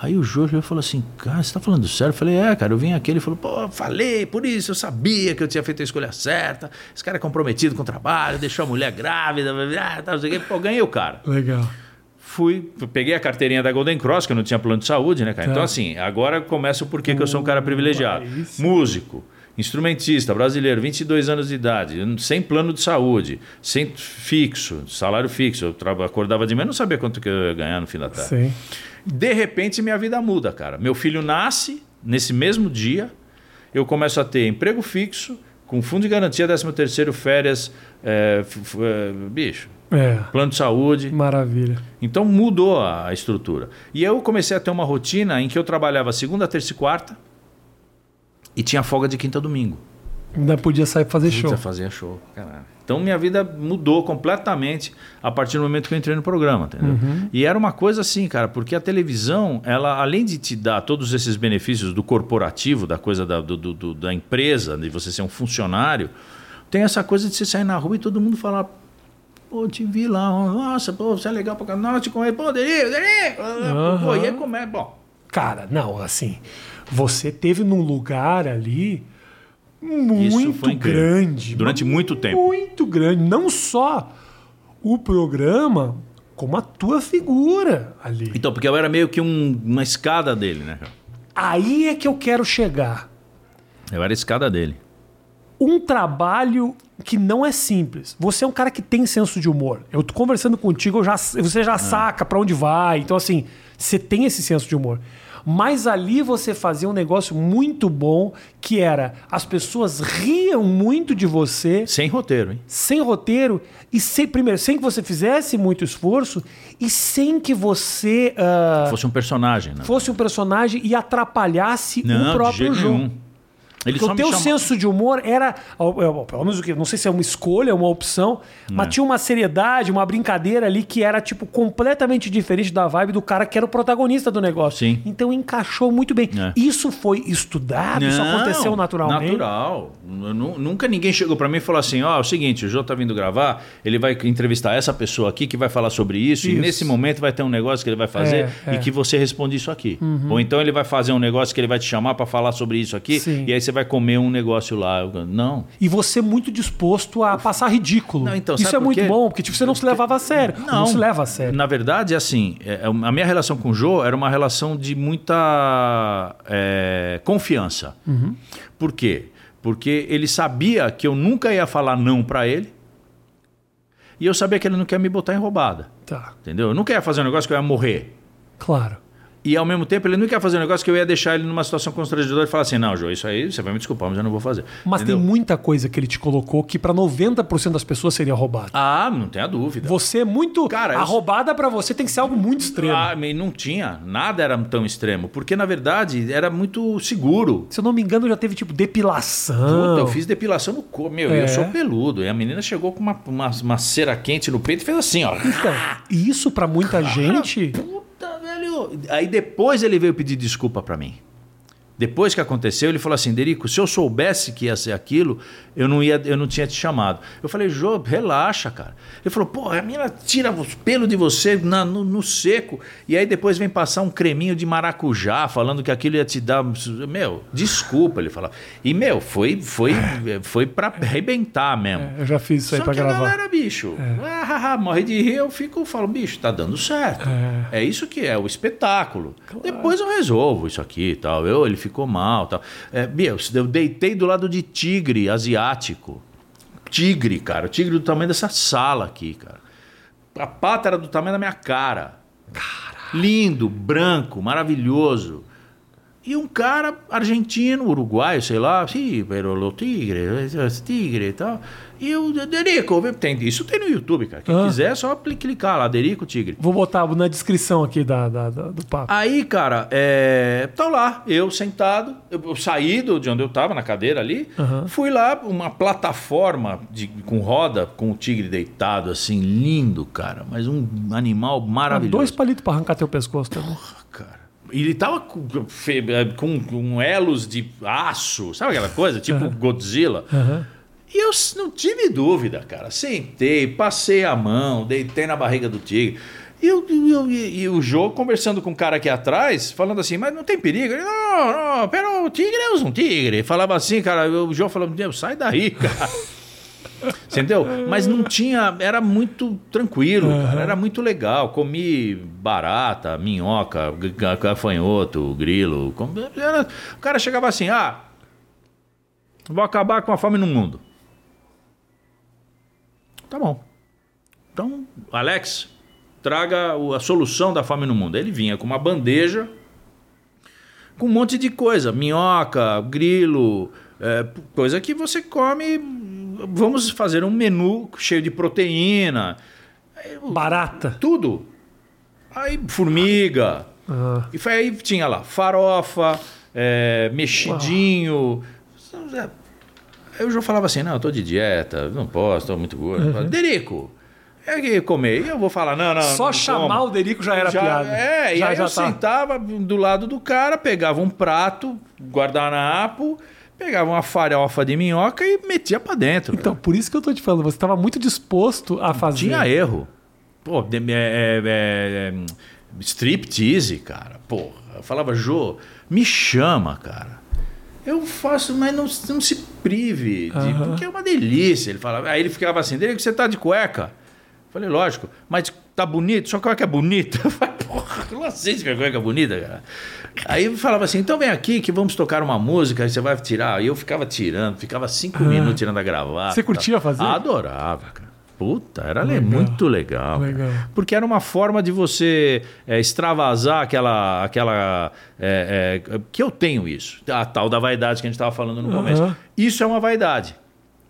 Aí o Jô chegou e falou assim, cara, você tá falando sério? Eu falei, é, cara, eu vim aqui. Ele falou, pô, falei, por isso eu sabia que eu tinha feito a escolha certa. Esse cara é comprometido com o trabalho, deixou a mulher grávida, ah, tá, não sei o quê. Pô, ganhei o cara. Legal. Fui, peguei a carteirinha da Golden Cross, que eu não tinha plano de saúde, né, cara? Tá. Então, assim, agora começa o porquê que eu sou um cara privilegiado. aí sim. Músico, instrumentista, brasileiro, 22 anos de idade, sem plano de saúde, sem fixo, salário fixo. Eu tra- acordava de manhã, não sabia quanto que eu ia ganhar no fim da tarde. Sim. De repente, minha vida muda, cara. Meu filho nasce nesse mesmo dia, eu começo a ter emprego fixo, com fundo de garantia, 13 terceiro, férias, é, f- f- é, bicho, É, plano de saúde. maravilha. Então mudou a a estrutura. E eu comecei a ter uma rotina em que eu trabalhava segunda, terça e quarta e tinha folga de quinta a domingo. Ainda podia sair pra fazer show. Puta, fazia show. Caralho. Então minha vida mudou completamente a partir do momento que eu entrei no programa, entendeu? Uhum. E era uma coisa assim, cara, porque a televisão, ela além de te dar todos esses benefícios do corporativo, da coisa da, do- do- do- da empresa, de você ser um funcionário, tem essa coisa de você sair na rua e todo mundo falar. Pô, te vi lá, ó, nossa, pô, você é legal pra caramba, nossa, te conheço, pô, Derico, Derico, ah, pô, Aham. e aí como é, bom, Cara, não, assim, você teve num lugar ali Isso foi muito incrível. grande. Durante mas muito tempo. Muito grande. Não só o programa, como a tua figura ali. Então, porque eu era meio que um- uma escada dele, né? cara? Aí é que eu quero chegar. Eu era a escada dele. Um trabalho que não é simples. Você é um cara que tem senso de humor. Eu tô conversando contigo, eu já, você É. já saca pra onde vai. Então, assim, você tem esse senso de humor. Mas ali você fazia um negócio muito bom, que era as pessoas riam muito de você, Sem roteiro, hein? sem roteiro e sem primeiro sem que você fizesse muito esforço e sem que você ah, Fosse um personagem, né? fosse um personagem e atrapalhasse Não, o de próprio jeito jogo. nenhum. Ele Porque só o me teu chamava- senso de humor era, ao- é, ao- pelo menos o que, não sei se é uma escolha, uma opção, mas É. tinha uma seriedade, uma brincadeira ali que era tipo completamente diferente da vibe do cara que era o protagonista do negócio. Sim. Então encaixou muito bem. É. Isso foi estudado, isso Não, aconteceu naturalmente. Natural. Eu nu- Nunca ninguém chegou pra mim e falou assim: ó, é o seguinte, o Jô tá vindo gravar, ele vai entrevistar essa pessoa aqui que vai falar sobre isso, e Isso. nesse momento vai ter um negócio que ele vai fazer É, e é. Uhum. que você responde isso aqui. Ou então ele vai fazer um negócio que ele vai te chamar pra falar sobre isso aqui, Sim. e aí você vai comer um negócio lá. Eu- Não. E você muito disposto a passar ridículo. Não, então, isso sabe é por muito quê? bom, porque tipo, você não se levava a sério. Não. se leva a sério. É. Na verdade, assim, é, é, a minha relação com o Jô era uma relação de muita é, confiança. Uhum. Por quê? Porque ele sabia que eu nunca ia falar não pra ele e eu sabia que ele não quer me botar em roubada. Tá, Entendeu? Eu nunca ia fazer um negócio que eu ia morrer. claro. E ao mesmo tempo, ele não ia fazer um negócio que eu ia deixar ele numa situação constrangedora e falar assim: não, Jô, isso aí você vai me desculpar, mas eu não vou fazer. Mas Entendeu? tem muita coisa que ele te colocou que pra 90% das pessoas seria roubada. Ah, não tenha dúvida. Você é muito. Cara, a eu- roubada pra você tem que ser algo muito extremo. Ah, mas não tinha, nada era tão extremo, porque na verdade era muito seguro. Se eu não me engano, já teve tipo depilação. Puta, eu fiz depilação no corpo. Meu, É. eu sou peludo. E a menina chegou com uma, uma, uma cera quente no peito e fez assim, ó. Então, e isso pra muita gente. Puta, velho. Aí depois ele veio pedir desculpa pra mim. Depois que aconteceu, ele falou assim: Derico, se eu soubesse que ia ser aquilo, eu não, ia, eu não tinha te chamado. Eu falei, Jô, relaxa, cara. Ele falou, pô, a menina tira os pelos de você na- no, no seco. E aí depois vem passar um creminho de maracujá, falando que aquilo ia te dar. Meu, desculpa, ele falou. E, meu, foi, foi, foi pra arrebentar mesmo. Eu já fiz isso aí Só pra que a gravar. É. galera, bicho, ah, ah, ah, morre de rir, eu fico, falo, bicho, tá dando certo. É, isso que é o espetáculo. Depois eu resolvo isso aqui e tal. Eu, ele ficou mal tal. É, meu, eu deitei do lado de tigre asiático. Tigre, cara. Tigre do tamanho dessa sala aqui, cara. A pata era do tamanho da minha cara. Lindo, branco, maravilhoso. E um cara argentino, uruguaio, sei lá, sim, pero lo tigre, es tigre e tal. E o Derico, tem, isso tem no YouTube, cara. Quem Ah. quiser é só pli- clicar lá, Derico Tigre. Vou botar na descrição aqui da, da- da- do papo. Aí, cara, é, tá lá, eu sentado, eu, eu saí do, de onde eu tava, na cadeira ali, Aham. fui lá, uma plataforma de- com roda, com o tigre deitado, assim, lindo, cara, mas um animal maravilhoso. Ah, Dois palitos pra arrancar teu pescoço também. Ah, Cara. E ele tava com, fe- com, com elos de aço, sabe aquela coisa? Tipo Godzilla. Aham. E eu s- não tive dúvida, cara. Sentei, passei a mão, deitei na barriga do tigre. E, eu- e eu- e- e o Jô conversando com o cara aqui atrás, falando assim, mas não tem perigo. Ele, não, não, pera, o tigre é um tigre. Falava assim, cara, o Jô falando, meu, sai daí, cara. Entendeu? Mas não tinha. Era muito tranquilo, cara. Era muito legal. Comi barata, minhoca, g- g- gafanhoto, grilo. com- era- o cara chegava assim: ah, vou acabar com a fome no mundo. Tá bom. Então, Alex, traga o- a solução da fome no mundo. Ele vinha com uma bandeja com um monte de coisa: minhoca, grilo, é, p- coisa que você come. Vamos fazer um menu cheio de proteína, Barata. tudo. Aí, formiga. Ah, E foi aí tinha lá farofa, é, mexidinho. Aí o João falava assim: não, eu tô de dieta, não posso, tô muito gordo. Eu falava, Derico, é que comer. E eu vou falar: não, não. Uhum. Só não chamar como." o Derico já era Já- piada. É, e já, aí já tá. eu sentava do lado do cara, pegava um prato, guardanapo, pegava uma farofa de minhoca e metia pra dentro. Então, por isso que eu tô te falando, você tava muito disposto a fazer. Tinha erro. Pô, de, é, é, é, hum, striptease, cara. Porra. Eu falava, Jô, me chama, cara. Eu faço, mas não, não se prive, de- Aham. porque é uma delícia. Ele falava, aí ele ficava assim, dele você tá de cueca. Eu Falei, lógico, mas tá bonito? Sua cueca é bonita? Eu falei, porra, eu não sei se minha cueca é bonita, cara. Aí eu falava assim, então vem aqui que vamos tocar uma música, aí você vai tirar. E eu ficava tirando, ficava cinco minutos tirando a gravata. Você curtia fazer? Adorava, cara. Puta, era le- muito legal. cara. Legal. Porque era uma forma de você é, extravasar aquela. aquela é, é, que eu tenho isso. A tal da vaidade que a gente estava falando no começo. Isso é uma vaidade.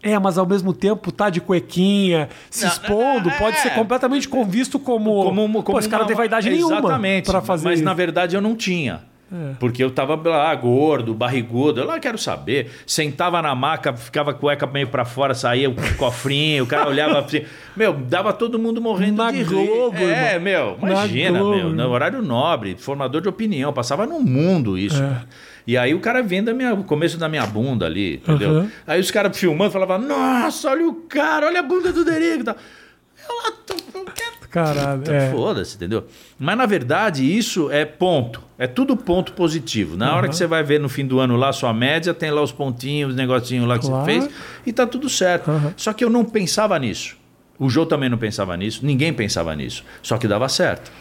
É, mas ao mesmo tempo tá de cuequinha, se Não, expondo, é, pode ser é. completamente com- visto como. como, uma- como Pô, esse cara uma- não tem vaidade nenhuma Exatamente. pra fazer Mas isso. É. na verdade eu não tinha. Porque eu tava lá gordo, barrigudo, eu lá quero saber. Sentava na maca, ficava a cueca meio pra fora, saía o cofrinho, o cara olhava assim. Meu, dava todo mundo morrendo Na de Globo, rir. É, meu, imagina, Globo, meu, no horário nobre, formador de opinião, passava no mundo isso. É. cara. E aí o cara vendo a minha- o começo da minha bunda ali, entendeu? Uhum. Aí os caras filmando falavam, nossa, olha o cara, olha a bunda do Derico e tal. Eu lá, tô- eu quero Caralho. Puta, É. Então, Foda-se, entendeu? Mas na verdade, isso é ponto. É tudo ponto positivo. Na hora que você vai ver no fim do ano lá sua média, tem lá os pontinhos, os negocinhos lá que Claro. você fez e tá tudo certo. Só que eu não pensava nisso. O João também não pensava nisso, ninguém pensava nisso. Só que dava certo.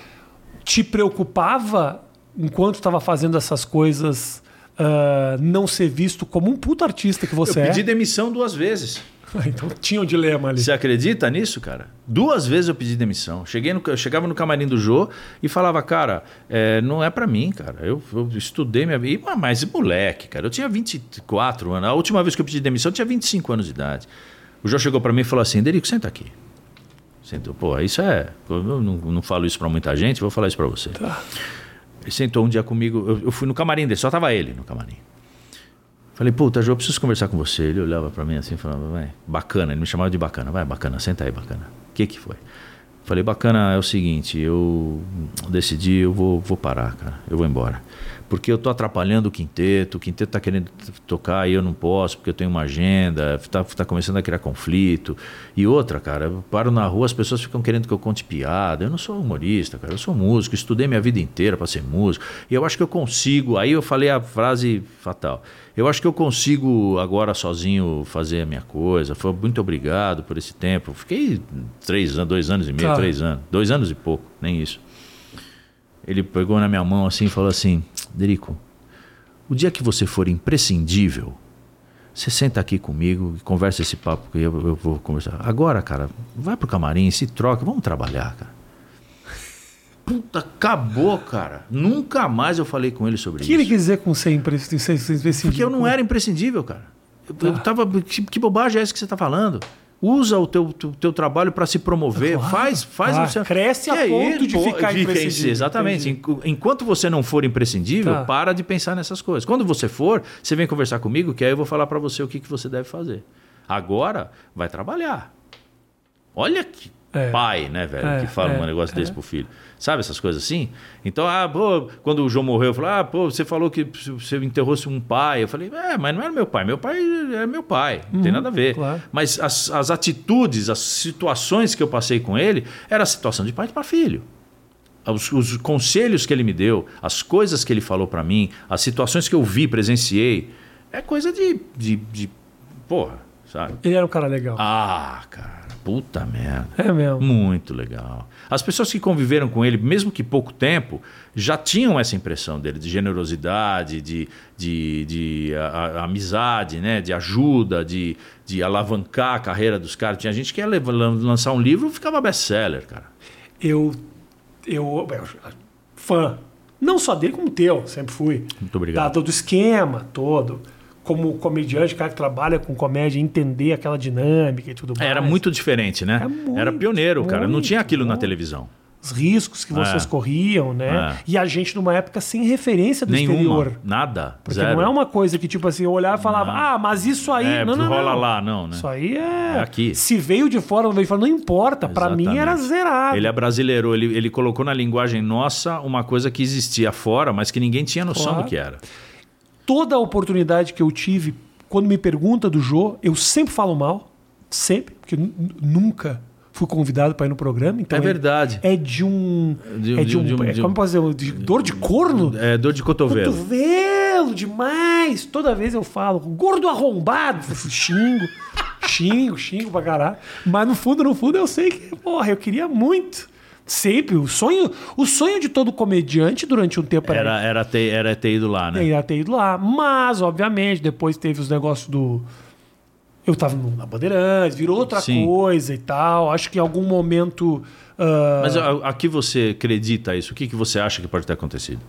Te preocupava enquanto estava fazendo essas coisas ah, não ser visto como um puto artista que você Eu é? pedi demissão duas vezes. então tinha um dilema ali. Você acredita nisso, cara? Duas vezes eu pedi demissão. Cheguei no, eu chegava no camarim do Jô e falava, cara, é, não é pra mim, cara. Eu, eu estudei minha vida. E, Mas moleque, cara, eu tinha 24 anos. A última vez que eu pedi demissão, eu tinha 25 anos de idade. O Jô chegou pra mim e falou assim, Derico, senta aqui. Sentou, pô, isso é. Eu não, não falo isso pra muita gente, vou falar isso pra você. Ele sentou um dia comigo, eu, eu fui no camarim dele, só tava ele no camarim. Falei, puta, Jô, eu preciso conversar com você. Ele olhava pra mim assim e falava, vai, bacana. Ele me chamava de bacana. Vai, bacana, senta aí, bacana. O que que foi? Falei, bacana, é o seguinte, eu decidi, eu vou, vou parar, cara. Eu vou embora. Porque eu tô atrapalhando o quinteto, o quinteto tá querendo t- tocar e eu não posso, porque eu tenho uma agenda, tá, tá começando a criar conflito. E outra, cara, eu paro na rua, as pessoas ficam querendo que eu conte piada. Eu não sou humorista, cara, eu sou músico, estudei minha vida inteira pra ser músico. E eu acho que eu consigo. Aí eu falei a frase fatal. Eu acho que eu consigo agora sozinho fazer a minha coisa. Foi muito obrigado por esse tempo. Fiquei três anos, dois anos e meio, Tá. três anos, dois anos e pouco, nem isso. Ele pegou na minha mão assim e falou assim: Derico, o dia que você for imprescindível, você senta aqui comigo e conversa esse papo que eu, eu vou conversar. Agora, cara, vai pro camarim, se troca, vamos trabalhar, cara. Puta, acabou, cara. Nunca mais eu falei com ele O sobre isso. que ele quis dizer com ser imprescindível? Tá. Porque eu não é- era imprescindível, cara. Eu, eu tava. Que, que bobagem é essa que você tá falando? Usa o teu, teu, teu trabalho para se promover. faz, faz claro. Ah, o seu- Cresce a E aí, ponto de pô, ficar fica em- imprescindível. Exatamente. Enqu- Enquanto você não for imprescindível, Tá. para de pensar nessas coisas. Quando você for, você vem conversar comigo, que aí eu vou falar para você o que, que você deve fazer. Agora, vai trabalhar. Olha que É. pai, né, velho, É, que fala é, um negócio desse pro filho. Sabe essas coisas assim? Então, ah, pô, quando o João morreu, eu falei, ah, pô, você falou que você enterrou-se um pai. Eu falei, é, mas não era meu pai. Meu pai era meu pai, não tem nada a ver. claro. Mas as, as atitudes, as situações que eu passei com ele, era a situação de pai para filho. Os, os conselhos que ele me deu, as coisas que ele falou pra mim, as situações que eu vi, presenciei, é coisa de, de, de porra, sabe? Ele era um cara legal. Ah, cara, puta merda. É mesmo. Muito legal. As pessoas que conviveram com ele, mesmo que pouco tempo, já tinham essa impressão dele, de generosidade, de, de, de a- a- amizade, né? de ajuda, de, de alavancar a carreira dos caras. Tinha gente que ia leva- lan- lançar um livro e ficava best-seller, cara. Eu, eu. eu- Fã. Não só dele, como teu, sempre fui. Muito obrigado. Da- do esquema todo. Como comediante, cara que trabalha com comédia, entender aquela dinâmica e tudo mais. É, Era muito diferente, né? É muito, Era pioneiro, cara. Não muito, tinha aquilo na muito. televisão. Os riscos que vocês É. corriam, né? É. E a gente numa época sem referência do Nenhuma. exterior. Nada. Porque zero. não é uma coisa que, tipo assim, eu olhava e falava, ah, mas isso aí. É, não, não, rola não. lá, não, né? Isso aí é. É aqui. Se veio de fora, não veio de fora, não importa. Pra mim era Exatamente. zerado. Ele é- abrasileirou, ele, ele colocou na linguagem nossa uma coisa que existia fora, mas que ninguém tinha noção Claro. do que era. toda a oportunidade que eu tive, quando me pergunta do Jô, eu sempre falo mal, sempre, porque nu- nu- nunca fui convidado para ir no programa. Então É verdade. É de um. De um- é de de um, um- de um- é de um- como posso dizer? De dor de corno? É dor de cotovelo. Cotovelo demais! Toda vez eu falo, gordo arrombado! Xingo, xingo, xingo pra caralho. Mas no fundo, no fundo, eu sei que, porra, eu queria muito. Sempre. O sonho, o sonho de todo comediante durante um tempo era, Era, era, ter, era ter ido lá, né? era ter ido lá. Mas, obviamente, depois teve os negócios do. Eu tava no- na Bandeirantes, virou outra Sim. coisa e tal. Acho que em algum momento. ah, Mas a, a que você acredita isso? O que, que você acha que pode ter acontecido?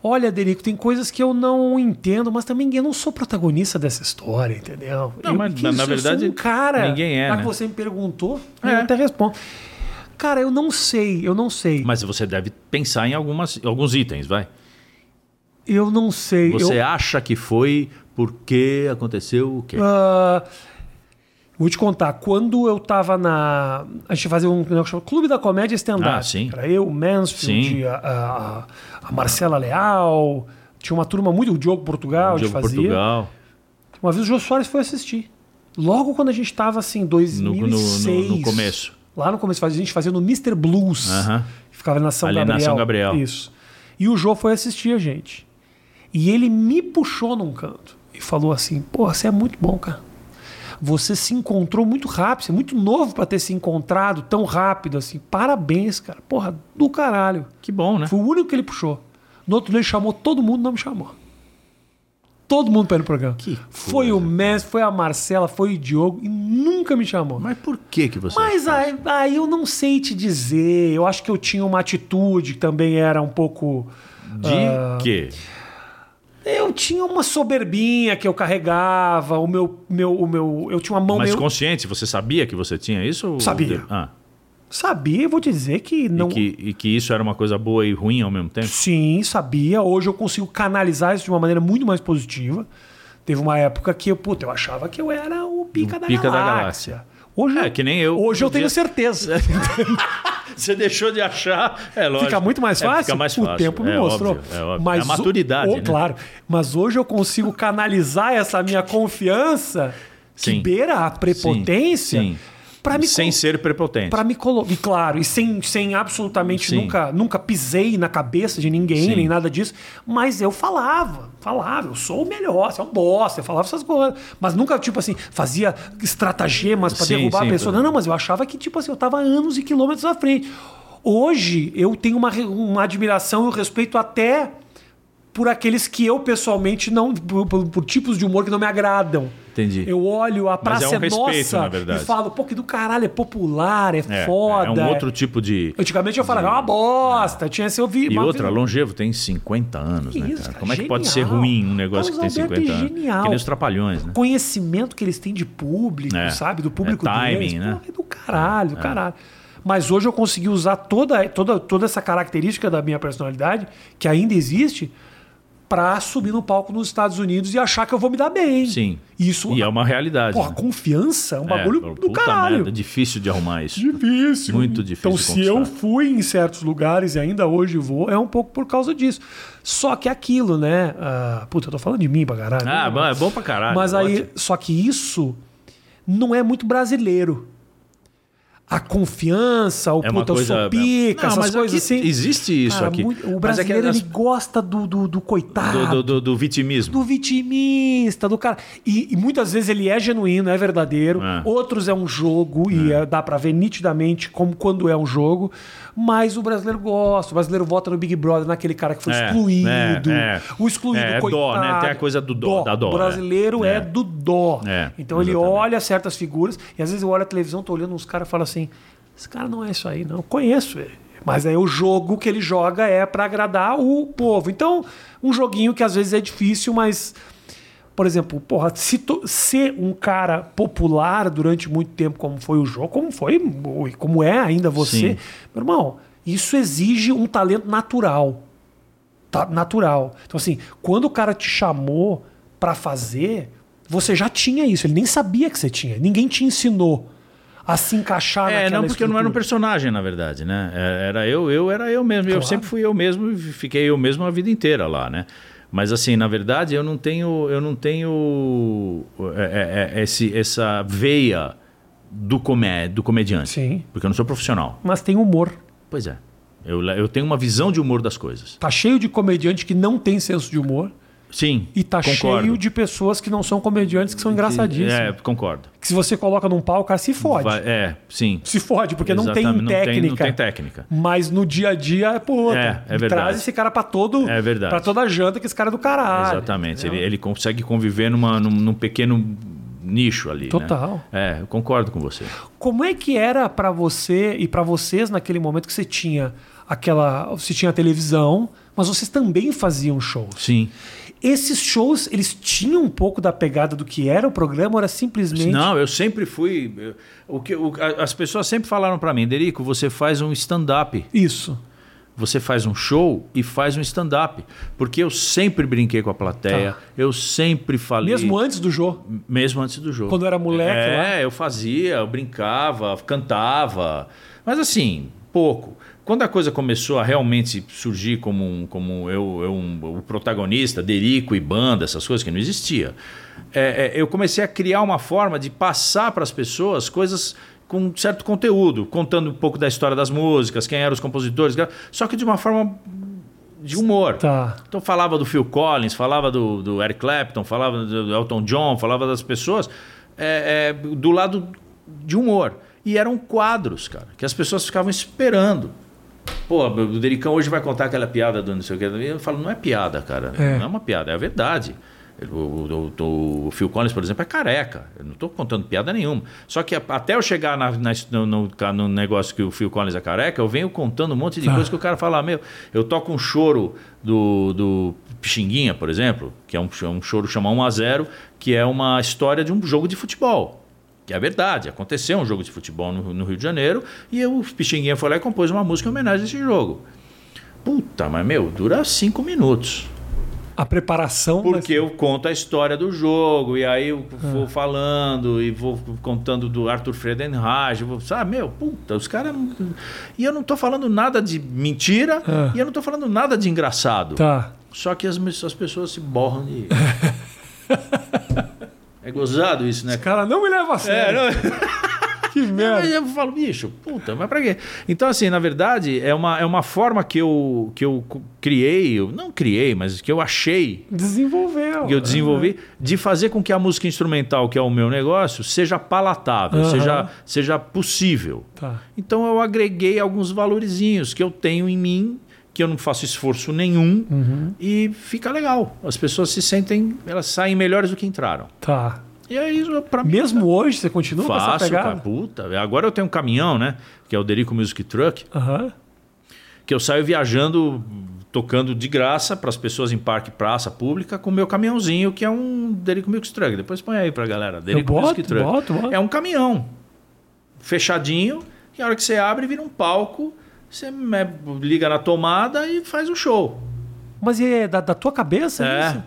Olha, Derico, tem coisas que eu não entendo, mas também eu não sou protagonista dessa história, entendeu? Não, eu, mas que na- na isso, eu sou verdade, um cara. ninguém é, Já né? que você me perguntou, É. eu até respondo. Cara, eu não sei, eu não sei. Mas você deve pensar em algumas, alguns itens, vai. Eu não sei. eu- Você acha que foi porque aconteceu o quê? Ah, vou te contar, quando eu tava na. A gente fazia um negócio chamado Clube da Comédia Stand-Up. Ah, sim. Era eu, o Mansfield, Sim. A, a- a Marcela Leal. Tinha uma turma muito. O Diogo Portugal, a gente Diogo fazia. Portugal. Uma vez o Jô Soares foi assistir. Logo quando a gente tava assim, 2006. No- no- no- no começo. Lá no começo, a gente fazia no Mr. Blues. Aham. que Ficava na São Ali na Gabriel. São Gabriel. Isso. E o Jô foi assistir a gente. E ele me puxou num canto e falou assim: pô, você é muito bom, cara. Você se encontrou muito rápido, você é muito novo pra ter se encontrado tão rápido assim. Parabéns, cara. Porra, do caralho. Que bom, né? Foi o único que ele puxou. No outro dia ele chamou todo mundo, não me chamou. Todo mundo pra ir no programa. Que foi o Messi, foi a Marcela, foi o Diogo e nunca me chamou. Mas por que, que você. Mas aí, aí eu não sei te dizer. Eu acho que eu tinha uma atitude que também era um pouco. De Ah, quê? Eu tinha uma soberbinha que eu carregava, o meu. meu, o meu eu tinha uma mão Mas meio. consciente, você sabia que você tinha isso? ou- Sabia. Ah, Sabia, eu vou te dizer que não. e, que, e que isso era uma coisa boa e ruim ao mesmo tempo? Sim, sabia. Hoje eu consigo canalizar isso de uma maneira muito mais positiva. Teve uma época que eu, puta, eu achava que eu era o pica, da, pica da galáxia. galáxia. Hoje, É, que nem eu. É, Hoje eu Outro tenho dia- certeza. Você deixou de achar, é lógico. Fica muito mais É, fácil. fica mais fácil. O tempo me é mostrou. Óbvio, é óbvio. Mas é a o- maturidade, o- né? Claro. Mas hoje eu consigo canalizar essa minha confiança que Sim. beira a prepotência sim. para me Sem con- ser prepotente. Pra me colocar. E claro, e sem, sem absolutamente Sim. nunca nunca pisei na cabeça de ninguém, Sim. nem nada disso. Mas eu falava, falava, eu sou o melhor, você é um bosta, eu falava essas coisas. Mas nunca, tipo assim, fazia estratagemas pra Sim, derrubar sim, a pessoa. pra- Não, não, mas eu achava que, tipo assim, eu tava anos e quilômetros à frente. Hoje eu tenho uma, re- uma admiração e um respeito até por aqueles que eu pessoalmente não. Por, por- por tipos de humor que não me agradam. Entendi. Eu olho a Mas Praça é um é respeito, Nossa na verdade. e falo, pô, que do caralho, é popular, é, É, foda. É um outro tipo de. Antigamente eu falava, é uma bosta, tinha se eu vi. E mas- outra, longevo tem 50 anos, Que né, isso, cara? cara, Como é que pode ser genial. ruim um negócio que tem Carlos 50 Alberto é anos? genial. Que nem os trapalhões, né? Conhecimento que eles têm de público, É. sabe? Do público É timing, deles. né? Pô, é do caralho, do caralho. Mas hoje eu consegui usar toda, toda, toda essa característica da minha personalidade, que ainda existe, pra subir no palco nos Estados Unidos e achar que eu vou me dar bem. Sim. Isso. E é uma realidade. Porra, né? confiança é um bagulho do É, puta caralho. merda, difícil de arrumar isso. Difícil. Muito difícil Então, se eu conquistar. fui em certos lugares e ainda hoje vou, é um pouco por causa disso. Só que aquilo, né? ah, puta, eu tô falando de mim pra caralho. Ah, bom, é bom pra caralho. Mas aí, ótimo. só que isso não é muito brasileiro. A confiança, o É uma puta, eu coisa. sou pica, Não, essas mas coisas aqui assim. Existe isso Cara, aqui. muito- o Mas é que brasileiro, as- ele gosta do, do, do coitado. do, do, do, do vitimismo. do vitimista, do cara. E, e muitas vezes ele é genuíno, é verdadeiro. É. Outros é um jogo e é- dá pra ver nitidamente como quando é um jogo. Mas o brasileiro gosta. O brasileiro vota no Big Brother, naquele cara que foi É, excluído. é, é. O excluído, É, é dó, coitado. né? Tem a coisa do dó, da dó, O brasileiro é. é, do dó. É, então ele exatamente. olha certas figuras e às vezes eu olho a televisão, tô olhando uns caras e falo assim, esse cara não é isso aí, não. Eu conheço ele. Mas aí o jogo que ele joga é pra agradar o povo. Então, um joguinho que às vezes é difícil, mas por exemplo, porra, se to- ser um cara popular durante muito tempo, como foi o jogo, como foi e como é ainda você, Sim. meu irmão, isso exige um talento natural. Tá, natural. Então, assim, quando o cara te chamou pra fazer, você já tinha isso. Ele nem sabia que você tinha. Ninguém te ensinou a se encaixar É, naquela não, porque eu não era um estrutura. personagem, na verdade, né? É, Era eu, eu era eu mesmo. Eu Claro. sempre fui eu mesmo e fiquei eu mesmo a vida inteira lá, né? Mas assim, na verdade, eu não tenho, eu não tenho é, é, é, esse, essa veia do, comé, do comediante. Sim. Porque eu não sou profissional. Mas tem humor. Pois é. Eu, eu tenho uma visão de humor das coisas. Tá cheio de comediante que não tem senso de humor. Sim. E tá concordo. cheio de pessoas que não são comediantes, que são engraçadíssimas. É, concordo. Que se você coloca num pau, o cara se fode. Vai- é, sim. Se fode, porque não tem, Exatamente, técnica, Não tem técnica. Mas no dia a dia é por outro. É, é E verdade. Traz esse cara pra todo. É verdade. Pra toda janta, que esse cara é do caralho. Exatamente. Ele, ele consegue conviver numa, num, num pequeno nicho ali. né? Total. É, eu concordo com você. Como é que era pra você e pra vocês naquele momento que você tinha aquela. Você tinha a televisão, mas vocês também faziam shows. Sim. Esses shows, eles tinham um pouco da pegada do que era o programa, ou era simplesmente. Não, eu sempre fui. eu- O que, o- a- as pessoas sempre falaram pra mim, Derico, você faz um stand-up. Isso. Você faz um show e faz um stand-up. Porque eu sempre brinquei com a plateia, Tá. eu sempre falei. Mesmo antes do jogo. Mesmo antes do jogo. Quando eu era moleque É, lá? eu fazia, eu brincava, cantava. Mas assim, pouco. Quando a coisa começou a realmente surgir como, um, como eu, eu um- o protagonista, Derico e banda, essas coisas que não existia, é, é, eu comecei a criar uma forma de passar para as pessoas coisas com certo conteúdo, contando um pouco da história das músicas, quem eram os compositores, só que de uma forma de humor. Tá. Então falava do Phil Collins, falava do, do Eric Clapton, falava do Elton John, falava das pessoas é, é, do lado de humor. E eram quadros, cara, que as pessoas ficavam esperando. Pô, o Dericão hoje vai contar aquela piada do não sei o que. Eu falo, não é piada, cara. É. Não é uma piada, é a verdade. O, o- o- o Phil Collins, por exemplo, é careca. Eu não estou contando piada nenhuma. Só que a- até eu chegar na- na- no, no- no negócio que o Phil Collins é careca, eu venho contando um monte de coisa que o cara fala, ah, meu, eu toco um choro do, do Pixinguinha, por exemplo, que é um, é um choro chamado 1 a 0 que é uma história de um jogo de futebol. Que é verdade, aconteceu um jogo de futebol no, no Rio de Janeiro e o Pixinguinha foi lá e compôs uma música em homenagem a esse jogo. Puta, mas meu, dura cinco minutos. A preparação. Porque eu conto a história do jogo, e aí eu vou falando, e vou contando do Arthur Fredenhage, vou, sabe, meu, puta, os caras. não- E eu não tô falando nada de mentira, Ah. e eu não tô falando nada de engraçado. Tá. Só que as, as pessoas se borram de. é gozado isso, né? Esse cara não me leva a É, sério. não, Que Mas merda. eu falo, bicho, puta, mas pra quê? Então, assim, na verdade, é uma, é uma forma que eu, que eu cu- criei, eu não criei, mas que eu achei, Desenvolveu. que eu desenvolvi, de fazer com que a música instrumental, que é o meu negócio, seja palatável, Aham. seja, seja possível. Tá. Então, eu agreguei alguns valorizinhos que eu tenho em mim, que eu não faço esforço nenhum, Uhum. e fica legal. As pessoas se sentem, elas saem melhores do que entraram. Tá. E é isso, pra mim. Mesmo hoje, você continua com essa Faço, pegada? cara, puta. Agora eu tenho um caminhão, né? Que é o Derico Music Truck, Aham. que eu saio viajando, tocando de graça para as pessoas em parque, praça pública, com o meu caminhãozinho, que é um Derico Music Truck. Depois põe aí pra galera. Derico boto, Music Truck. boto, boto. É um caminhão fechadinho, que a hora que você abre, vira um palco, você me- liga na tomada e faz o show. Mas é da, da tua cabeça É. isso?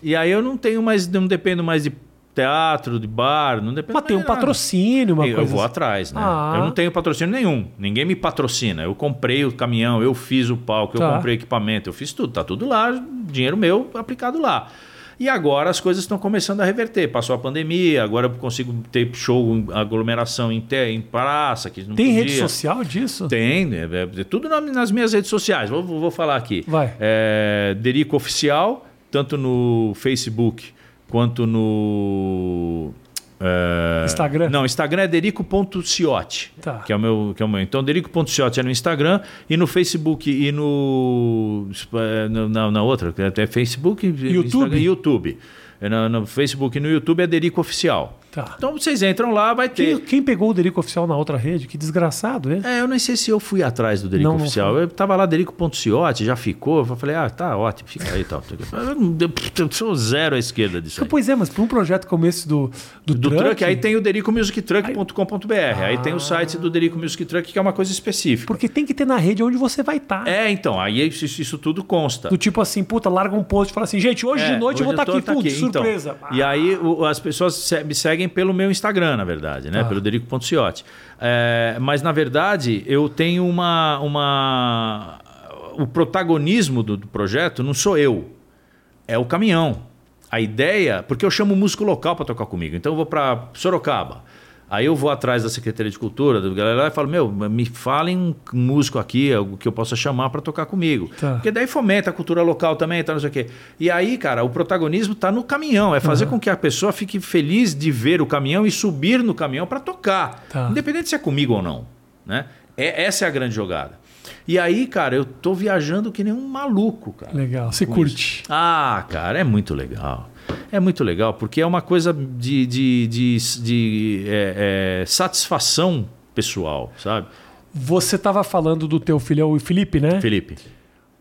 E aí eu não tenho mais, não dependo mais de teatro, de bar, não dependo Mas tem um mais de nada. patrocínio, uma eu coisa. vou assim. atrás, né? Ah. Eu não tenho patrocínio nenhum. Ninguém me patrocina. Eu comprei o caminhão, eu fiz o palco, Tá. eu comprei equipamento, eu fiz tudo. Tá tudo lá, dinheiro meu aplicado lá. E agora as coisas estão começando a reverter. Passou a pandemia, agora eu consigo ter show, aglomeração em, te- em praça. Que não Tem podia. rede social disso? Tem, né? É tudo na- nas minhas redes sociais. Vou, vou vou falar aqui. Vai. É, Derico Oficial, tanto no Facebook quanto no. é, Instagram? Não, Instagram é derico.ciotti. Tá. Que é o meu. Que é o meu. Então, derico.ciotti é no Instagram e no Facebook e no. é, no- Na, na outra, que é Facebook, YouTube? Instagram e YouTube. É na- no Facebook e no YouTube é Derico Oficial. Tá. Então vocês entram lá, vai ter. Quem, quem pegou o Derico Oficial na outra rede? Que desgraçado ele. É, eu nem sei se eu fui atrás do Derico Não, não Oficial. eu tava lá, Derico.ciotti, já ficou. Eu falei, ah, tá ótimo, fica aí e tal. Eu não- Eu sou zero à esquerda disso aí. Pois é, mas para um projeto como esse do, do, Do Truck, truck, aí tem o dericomusictruck.com.br. Aí tem o site do Derico Music Truck, que é uma coisa específica. Porque tem que ter na rede onde você vai estar. É, então, aí isso, isso tudo consta. Do tipo assim, puta, larga um post e fala assim, gente, hoje É, de noite eu vou estar tô- aqui, tá putz, então. surpresa. Ah. E aí o- as pessoas se- me seguem pelo meu Instagram, na verdade, né? Tá. Pelo Derico.ciotti. É, mas, na verdade, eu tenho uma. uma... O protagonismo do, do projeto não sou eu, é o caminhão. A ideia. Porque eu chamo o músico local para tocar comigo. Então eu vou para Sorocaba. Aí eu vou atrás da Secretaria de Cultura, da galera, e falo, meu, me falem um músico aqui, algo que eu possa chamar para tocar comigo. Tá. Porque daí fomenta a cultura local também, tá, não sei o quê. E aí, cara, o protagonismo tá no caminhão, é fazer com que a pessoa fique feliz de ver o caminhão e subir no caminhão para tocar. Tá. Independente se é comigo ou não, né? É, essa é a grande jogada. E aí, cara, eu tô viajando que nem um maluco, cara. Ah, Legal. Você Com curte. Ah, cara, é muito legal. É muito legal, porque é uma coisa de, de, de- de, é, é, satisfação pessoal, sabe? Você tava falando do teu filhão, o Felipe, né? Felipe,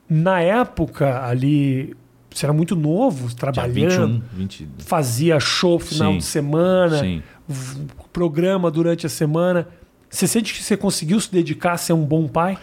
Na época ali, você era muito novo, dia trabalhando. 21, 20. Fazia show final Sim. de semana, Sim. v- programa durante a semana. Você sente que você conseguiu se dedicar a ser um bom pai?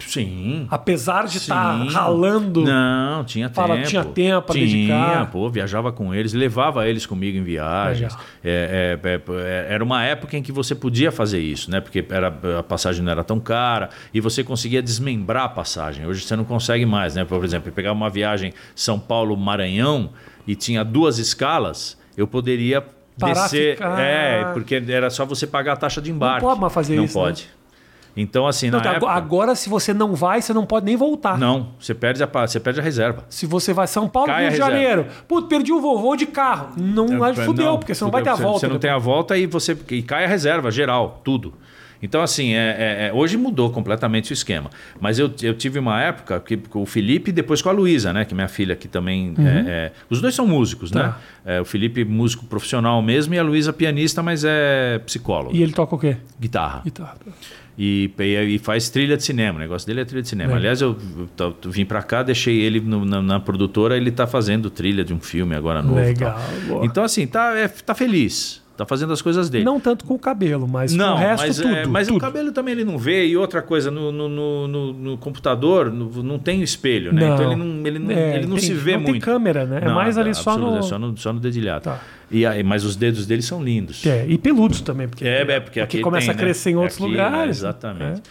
Sim. Apesar de sim. estar ralando. Não, tinha Fala, tempo. tinha tempo pra tinha, dedicar. pô, viajava com eles, levava eles comigo em viagens. Legal. É, é, é, é, era uma época em que você podia fazer isso, né? Porque era, a passagem não era tão cara e você conseguia desmembrar a passagem. Hoje você não consegue mais, né? Por exemplo, eu pegava uma viagem São Paulo-Maranhão e tinha duas escalas, eu poderia Parar, descer. ficar. É, porque era só você pagar a taxa de embarque. pode mais fazer Não isso, né? pode. Então, assim, Não, na tá, época... Agora, se você não vai, você não pode nem voltar. Não, você perde a, pa- você perde a reserva. Se você vai São Paulo, Rio Cai a de reserva. Janeiro. Putz, perdi o vovô de carro. Não, aí É, fudeu, porque você não vai ter fudeu, a você- volta. Você não tem a volta e você e cai a reserva geral, tudo. Então, assim, é- é- é- hoje mudou completamente o esquema. Mas eu, eu tive uma época que com o Felipe e depois com a Luísa, né? Que é minha filha aqui também. Uhum. é- é- os dois são músicos, né? Tá. É, o Felipe, músico profissional mesmo, e a Luísa, pianista, mas é psicóloga. E ele toca o quê? Guitarra. Guitarra. E, e, e faz trilha de cinema. O negócio dele é trilha de cinema. É. Aliás, eu, eu t- vim pra cá, deixei ele no- na, na produtora, ele tá fazendo trilha de um filme agora novo. e Legal, tal. boa. Então, assim, tá, é, tá feliz. Tá fazendo as coisas dele. Não tanto com o cabelo, mas com o resto mas, tudo. é, mas o tudo. cabelo também ele não vê. E outra coisa, no, no, no, no- no computador no- não tem espelho, né? Não. Então ele não, ele não, É, ele não tem- se vê não tem muito. câmera, né? É mais ali só absoluta, no- é Só no, só no dedilhado. Tá. E aí, mas os dedos dele são lindos. É, e peludos também. Porque, É, é porque aqui começa tem, a né? crescer em outros Aqui, lugares. Exatamente. né?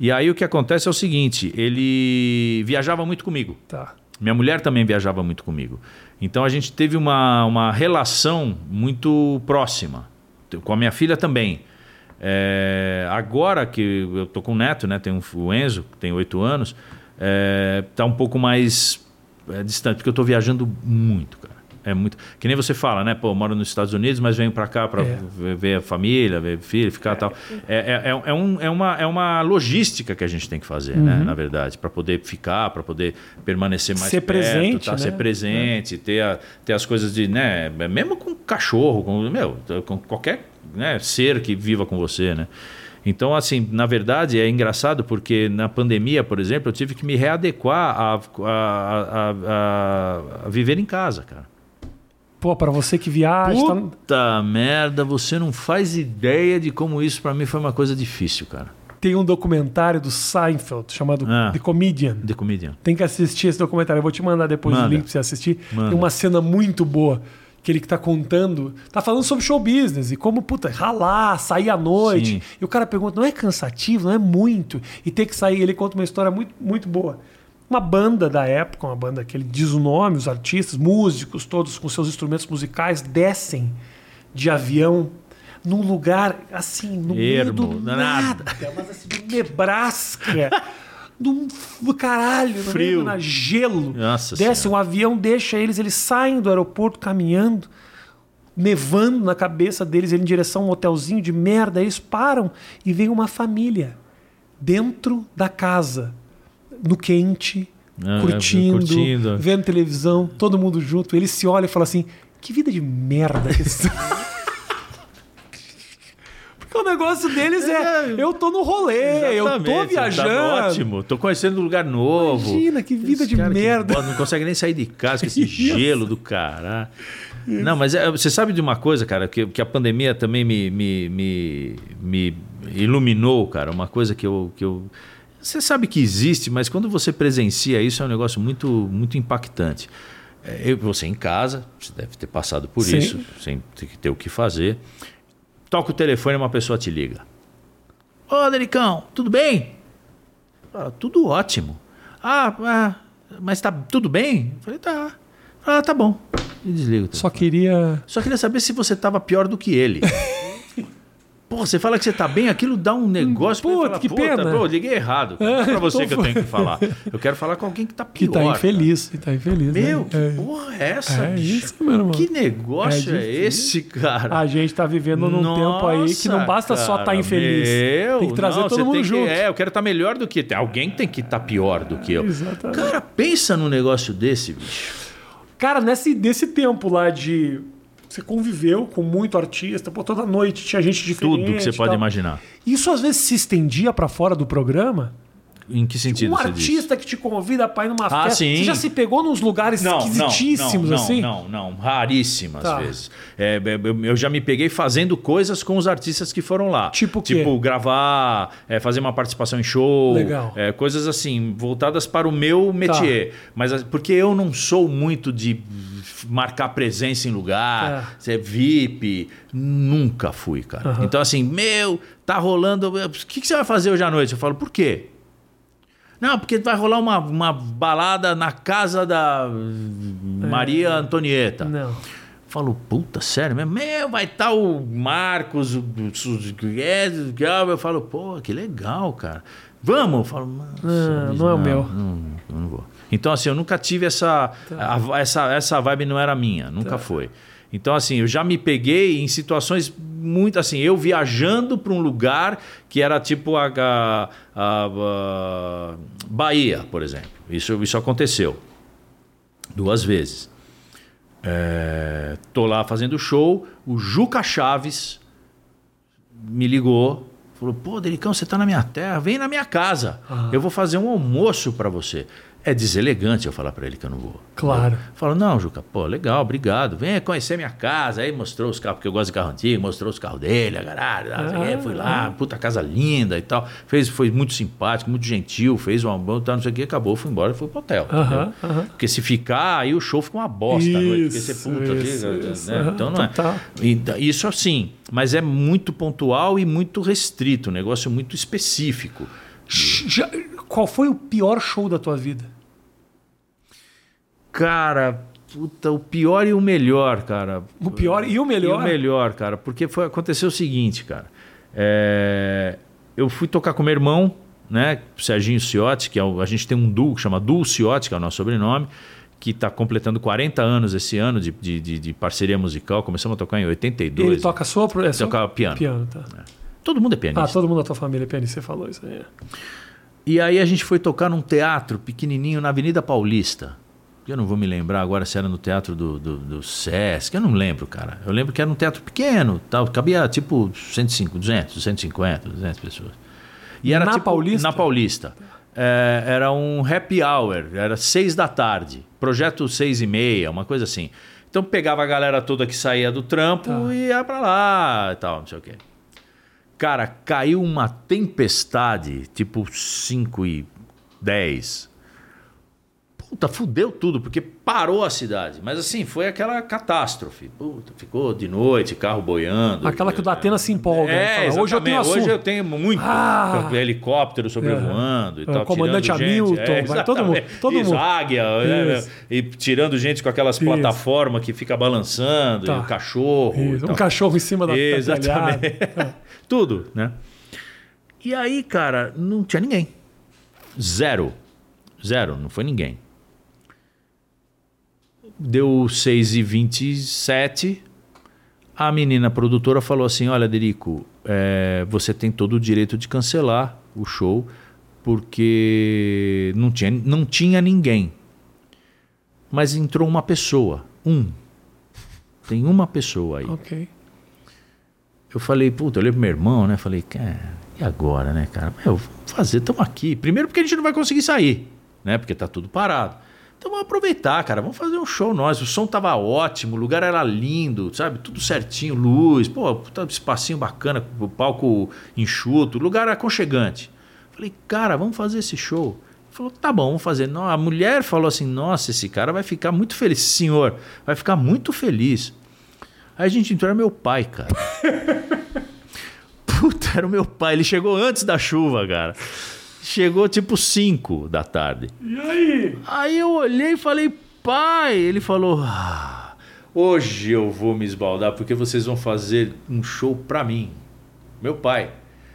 E aí o que acontece é o seguinte, ele viajava muito comigo. Tá. Minha mulher também viajava muito comigo. Então a gente teve uma, uma relação muito próxima. Com a minha filha também. É, agora que eu tô com o neto, né? Tem um, o Enzo, que tem oito anos, é, tá um pouco mais é, distante, porque eu tô viajando muito, cara. É muito. Que nem você fala, né? Pô, eu moro nos Estados Unidos, mas venho pra cá pra É. ver- ver a família, ver filho, ficar e tal. É, é, é- é um- é uma, é uma logística que a gente tem que fazer, né? Na verdade, pra poder ficar, pra poder permanecer mais Ser perto, presente, tá? né? ser presente, ter, a- ter as coisas de, né, mesmo com cachorro, com, meu, com qualquer né, ser que viva com você, né? Então, assim, na verdade é engraçado porque na pandemia, por exemplo, eu tive que me readequar a, a- a- a- a viver em casa, cara. Pô, pra você que viaja. tá- Puta merda, você não faz ideia de como isso pra mim foi uma coisa difícil, cara. Tem um documentário do Seinfeld chamado Ah. The Comedian. De comedian. Tem que assistir esse documentário. Eu vou te mandar depois o Manda. link pra você assistir. Manda. Tem uma cena muito boa que ele que tá contando. Tá falando sobre show business e como, puta, ralar, sair à noite. Sim. E o cara pergunta, não é cansativo? Não é muito? E ter que sair. Ele conta uma história muito, muito boa. Uma banda da época, uma banda que ele diz o nome, os artistas, músicos, todos com seus instrumentos musicais, descem de avião num lugar assim, no meio Ermo, do nada. nada, mas assim, no Nebraska. Num f- caralho, no meio Frio. do nada, gelo. Nossa Desce Senhora. um avião, deixa eles, eles saem do aeroporto caminhando, nevando na cabeça deles, ele em direção a um hotelzinho de merda. Eles param e vem uma família dentro da casa, no quente, Ah, curtindo, curtindo. vendo televisão, todo mundo junto. Eles se olham e falam assim: que vida de merda que esse. Porque o negócio deles é, eu tô no rolê, eu tô Exatamente, viajando. Tá ótimo, tô conhecendo um lugar novo. Imagina, que vida Esse de cara que merda. bo- não consegue nem sair de casa com esse Isso. gelo do caralho. Não, mas é, você sabe de uma coisa, cara, que, que a pandemia também me, me, me, me iluminou, cara. Uma coisa que eu, que eu. Você sabe que existe, mas quando você presencia isso é um negócio muito, muito impactante. É, eu- você em casa, você deve ter passado por Sim. isso, sem ter que ter o que fazer. Toca o telefone e uma pessoa te liga. Ô, Delicão, tudo bem? Ah, tudo ótimo. Ah, ah, mas tá tudo bem? Eu falei, tá. Ah, tá bom. E desligo. Só queria. Só queria saber se você tava pior do que ele. Pô, você fala que você tá bem, aquilo dá um negócio. Puta, você fala, que pena. Pô, liguei errado. Não é pra você tô que eu fo- tenho que falar. Eu quero falar com alguém que tá Que pior. tá infeliz, que tá infeliz. Meu, né? que É. porra é essa, É bicho? isso, meu irmão. Que negócio É é, difícil. esse, cara? A gente tá vivendo num tempo aí que não Nossa, basta só estar cara, infeliz. meu, tem que trazer não, você todo mundo tem que- junto. é, eu quero estar melhor do que. Alguém tem que estar pior do que eu. Exatamente. Cara, pensa num negócio desse, bicho. Cara, nesse, nesse tempo lá de. Você conviveu com muito artista, pô, toda noite tinha gente diferente. Tudo que você e pode tal. imaginar. Isso às vezes se estendia pra fora do programa? Em que sentido um você diz? artista que te convida pra ir numa Ah, festa. sim. Você já se pegou nos lugares esquisitíssimos, não, assim? Não, não, raríssimas Tá. vezes. É, be- be- eu já me peguei fazendo coisas com os artistas que foram lá. Tipo o quê? Tipo, gravar, é, fazer uma participação em show. Legal. Tá. é, coisas assim, voltadas para o meu métier. Mas as- porque eu não sou muito de marcar presença em lugar, ser VIP. Nunca fui, cara. É. Aham. Então, assim, meu, tá rolando. O que, que você vai fazer hoje à noite? Eu falo, por quê? Não, porque vai rolar uma, uma balada na casa da eh, Maria Antonieta. Não. Falo, puta, sério mesmo? Meu, vai estar o Marcos, o o Sus- Guedes, o Galvão. Eu falo, pô, que legal, cara. Vamos? Eu falo, "Nossa, Ah, não é o meu." Não, Hum, eu não vou. Então, assim, eu nunca tive essa. a- essa, essa vibe não era minha, nunca foi. Então, assim, eu já me peguei em situações muito assim, eu viajando para um lugar que era tipo a, a- a- a- Bahia, por exemplo. Isso, isso aconteceu duas vezes. É, tô lá fazendo show, o Juca Chaves me ligou, falou: "Pô, Delicão, você tá na minha terra, vem na minha casa. Eu vou fazer um almoço para você". É deselegante eu falar para ele que eu não vou. Claro. Falou, não, Juca, pô, legal, obrigado. Vem conhecer minha casa. Aí mostrou os carros, porque eu gosto de carro antigo, mostrou os carros dele, a garagem, ah, Ah, fui lá, puta casa linda e tal. Fez, foi muito simpático, muito gentil, fez uma boa, tá, não sei o que, acabou, fui embora, fui pro hotel. Aham, entendeu? aham. Porque se ficar, aí o show fica uma bosta à noite. Porque você Isso, puta, isso, aqui, né? isso, aham, então não é. total. Então, Isso assim, mas é muito pontual e muito restrito, um negócio muito específico. Já- qual foi o pior show da tua vida? Cara, puta, o pior e o melhor, cara. O pior e o melhor? E o melhor, cara. Porque foi, aconteceu o seguinte, cara. É, eu fui tocar com meu irmão, né? Serginho Ciotti, que é o- a gente tem um duo que chama Duo Ciotti, que é o nosso sobrenome, que está completando 40 anos esse ano de, de, de- de parceria musical. Começamos a tocar em 82. Ele toca sopro? É Toca piano. Piano, tá. Todo mundo é pianista. Ah, todo mundo da tua família é pianista, você falou isso aí. é. E aí a gente foi tocar num teatro pequenininho na Avenida Paulista. Eu não vou me lembrar agora se era no teatro do, do, do Sesc, eu não lembro, cara. Eu lembro que era um teatro pequeno, tal, cabia tipo 105, 200, 150, 200 pessoas. E era Na tipo- Paulista? Na Paulista. É, era um happy hour, era seis da tarde, projeto seis e meia, uma coisa assim. Então pegava a galera toda que saía do trampo Tá. e ia pra lá e tal, não sei o quê. Cara, caiu uma tempestade, tipo 5 e 10. Puta, fudeu tudo, porque parou a cidade. Mas assim, foi aquela catástrofe. Puta, ficou de noite, carro boiando. Aquela que o Datena se empolga. É, ele fala, hoje eu exatamente. tenho assunto. Hoje eu tenho muito. Ah! Helicóptero sobrevoando É. e tal. O comandante tirando gente. É, Hamilton, vai todo mundo, exatamente. todo Isso, mundo. águia. né, Isso. E tirando gente com aquelas Isso. plataformas que fica balançando, Tá. e o cachorro. e Isso, um tal. cachorro em cima da É. da Exatamente. telhada. Tudo, né? E aí, cara, não tinha ninguém. Zero. Zero, não foi ninguém. Deu 6h27. A menina produtora falou assim: Olha, Derico, é, você tem todo o direito de cancelar o show, porque não tinha, não tinha ninguém. Mas entrou uma pessoa. Um. Tem uma pessoa aí. Ok. Eu falei, puta, eu olhei pro meu irmão, né? Falei, cara, e agora, né, cara? Meu, vamos fazer, estamos aqui. Primeiro porque a gente não vai conseguir sair, né? Porque tá tudo parado. Então vamos aproveitar, cara, vamos fazer um show nós. O som tava ótimo, o lugar era lindo, sabe? Tudo certinho, luz, pô, puta, espacinho bacana, o palco enxuto, lugar aconchegante. Falei, cara, vamos fazer esse show. Ele Falou, tá bom, vamos fazer. Não, a mulher falou assim, nossa, esse cara vai ficar muito feliz, esse senhor, vai ficar muito feliz. Aí a gente entrou, era meu pai, cara. Puta, era o meu pai. Ele chegou antes da chuva, cara. Chegou tipo 5 da tarde. E aí? Aí eu olhei e falei, pai. Ele falou, "Ah, hoje eu vou me esbaldar porque vocês vão fazer um show pra mim. Meu pai.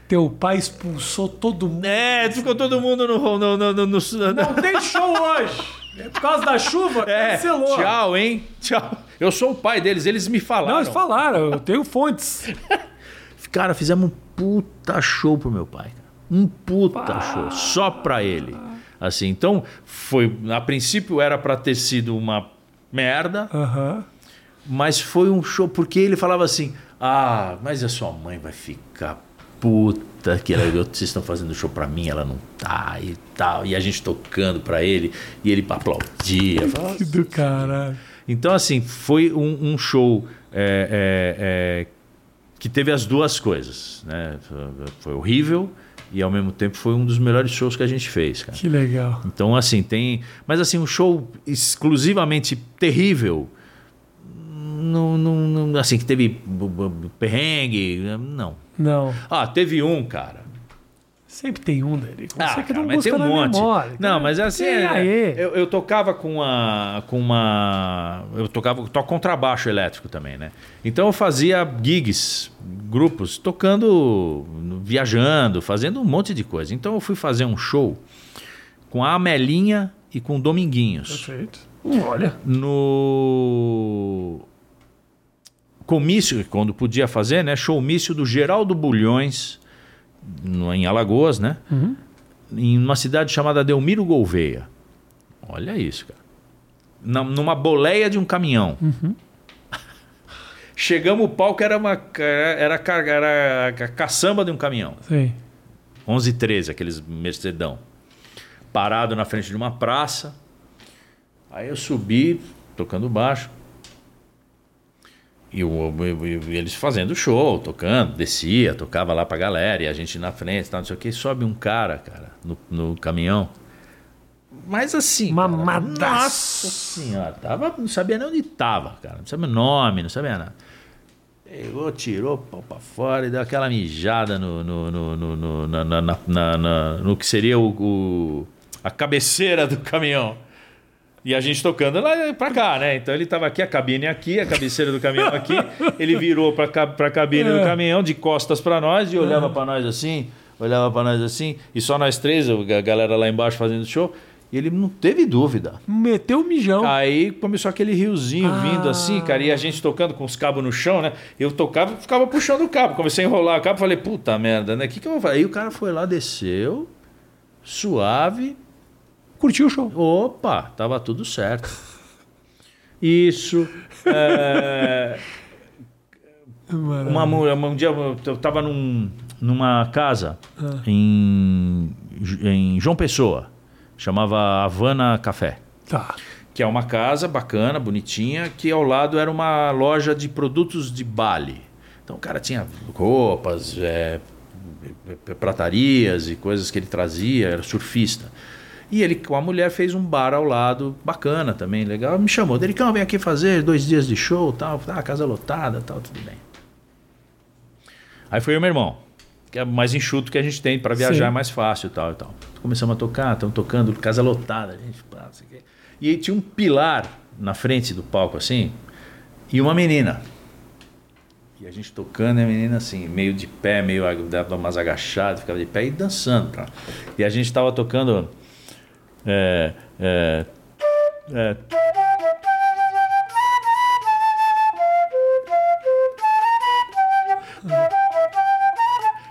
Teu pai expulsou todo mundo. É, ficou todo mundo no. no, no, no, no- Não tem show hoje. Por causa da chuva, É, cancelou. tchau, hein? Tchau. Eu sou o pai deles, eles me Não, falaram. eles falaram, eu tenho fontes. Cara, fizemos um puta show pro meu pai. cara. Um puta show. Só pra ele. Assim, então, foi. A princípio era pra ter sido uma merda, Aham. mas foi um show. Porque ele falava assim: ah, mas a sua mãe vai ficar puta que ela, vocês estão fazendo show pra mim, ela não tá e tal. E a gente tocando pra ele, e ele aplaudia. Falava, Que do caralho. Então, assim, foi um, um show é, é, é, que teve as duas coisas. Né? Foi horrível e, ao mesmo tempo, foi um dos melhores shows que a gente fez, cara. Que legal. Então, assim, tem. Mas, assim, um show exclusivamente terrível. Não, não, não- assim, que teve b- b- perrengue. Não. Não. Ah, teve um, cara. Sempre tem um, Derico. Ah, Você que cara, não mas busca tem um na monte. memória. né? não, mas assim, E aí? é, eu, eu tocava com uma, com uma, eu tocava, eu toco contrabaixo elétrico também, né? Então eu fazia gigs, grupos, tocando, viajando, fazendo um monte de coisa. Então eu fui fazer um show com a Amelinha e com o Dominguinhos Perfeito. Olha. no comício, quando podia fazer, né? Showmício do Geraldo Bulhões, no- em Alagoas, né? Em uma cidade chamada Delmiro Gouveia. Olha isso, cara. Na- numa boleia de um caminhão. Chegamos, o palco era uma ca- era, carga- era a caçamba de um caminhão. Sim. 11 e 13, aqueles Mercedão. Parado na frente de uma praça. Aí eu subi, tocando baixo. E o- eu- eu- eles fazendo show, tocando, descia, tocava lá pra galera, e a gente na frente, tal, não sei o que. Sobe um cara, cara, no, no caminhão. Mas assim. cara, Mamadaço. Nossa senhora, tava, não sabia nem onde tava, cara. Não sabia o nome, não sabia nada. Pegou, tirou o pau pra fora e deu aquela mijada no, no, no, no, no- na, na- na- na- na- no que seria o, o- a cabeceira do caminhão. E a gente tocando lá pra cá, né? Então ele tava aqui, a cabine aqui, a cabeceira do caminhão aqui. Ele virou pra, ca- pra cabine do caminhão, de costas pra nós, e olhava pra nós assim, olhava pra nós assim, e só nós três, a galera lá embaixo fazendo show. E ele não teve dúvida. Meteu o mijão. Aí começou aquele riozinho vindo assim, cara, e a gente tocando com os cabos no chão, né? Eu tocava e ficava puxando o cabo. Comecei a enrolar o cabo, falei, puta merda, né? O que, que eu vou fazer? Aí o cara foi lá, desceu, suave, Curtiu o show. opa, tava tudo certo. Isso. é, uma, mu- uma- um dia eu tava num- numa casa em, em João Pessoa, chamava Havana Café Tá. que é uma casa bacana, bonitinha, que ao lado era uma loja de produtos de Bali. Então o cara tinha roupas, é, pratarias e coisas que ele trazia, era surfista. E ele com a mulher fez um bar ao lado, bacana também, legal. Me chamou, Delicão, vem aqui fazer dois dias de show, tal, tá, casa lotada, tal, tudo bem. Aí foi eu e meu irmão, que é mais enxuto que a gente tem, para viajar Sim. é mais fácil e tal e tal. Começamos a tocar, estamos tocando, casa lotada, gente, pá, não sei o quê. E aí tinha um pilar na frente do palco assim, e uma menina. E a gente tocando, e a menina assim, meio de pé, meio ag- dava umas agachadas, ficava de pé e dançando. tá? E a gente tava tocando. É, é, é,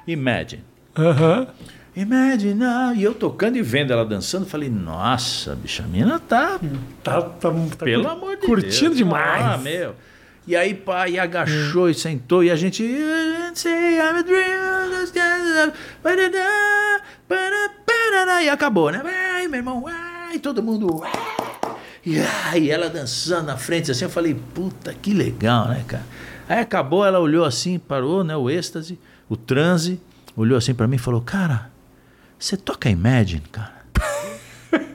Imagine. Aham. Imagine. ah, E eu tocando e vendo ela dançando, falei, nossa, bicha, a menina tá Tá, tá, tá Pelo cur- amor de Deus. Curtindo demais. Ah, meu. E aí, pá, e agachou e sentou, e a gente. E acabou, né? Ai, meu irmão, ai, todo mundo. ai. E, ai, e ela dançando na frente assim, eu falei, puta, que legal, né, cara? Aí acabou, ela olhou assim, parou, né? O êxtase, o transe, olhou assim pra mim e falou, cara, você toca Imagine, cara?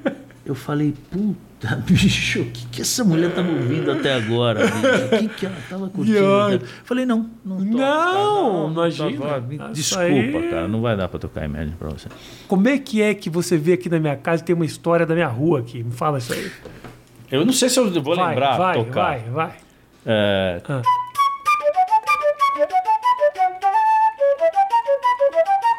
Eu falei, puta, bicho, o que, que essa mulher tava ouvindo até agora, bicho? O que, que ela tava curtindo? Ai. até- Falei, não, não toco, Não, cara, imagina. tava- me- Isso Desculpa, aí- cara, não vai dar pra tocar Imagine pra você. Como é que é que você vê aqui na minha casa tem uma história da minha rua aqui? Me fala isso aí. Eu não sei se eu vou Vai, lembrar vai, tocar. vai, vai. É, Ah. Thank you.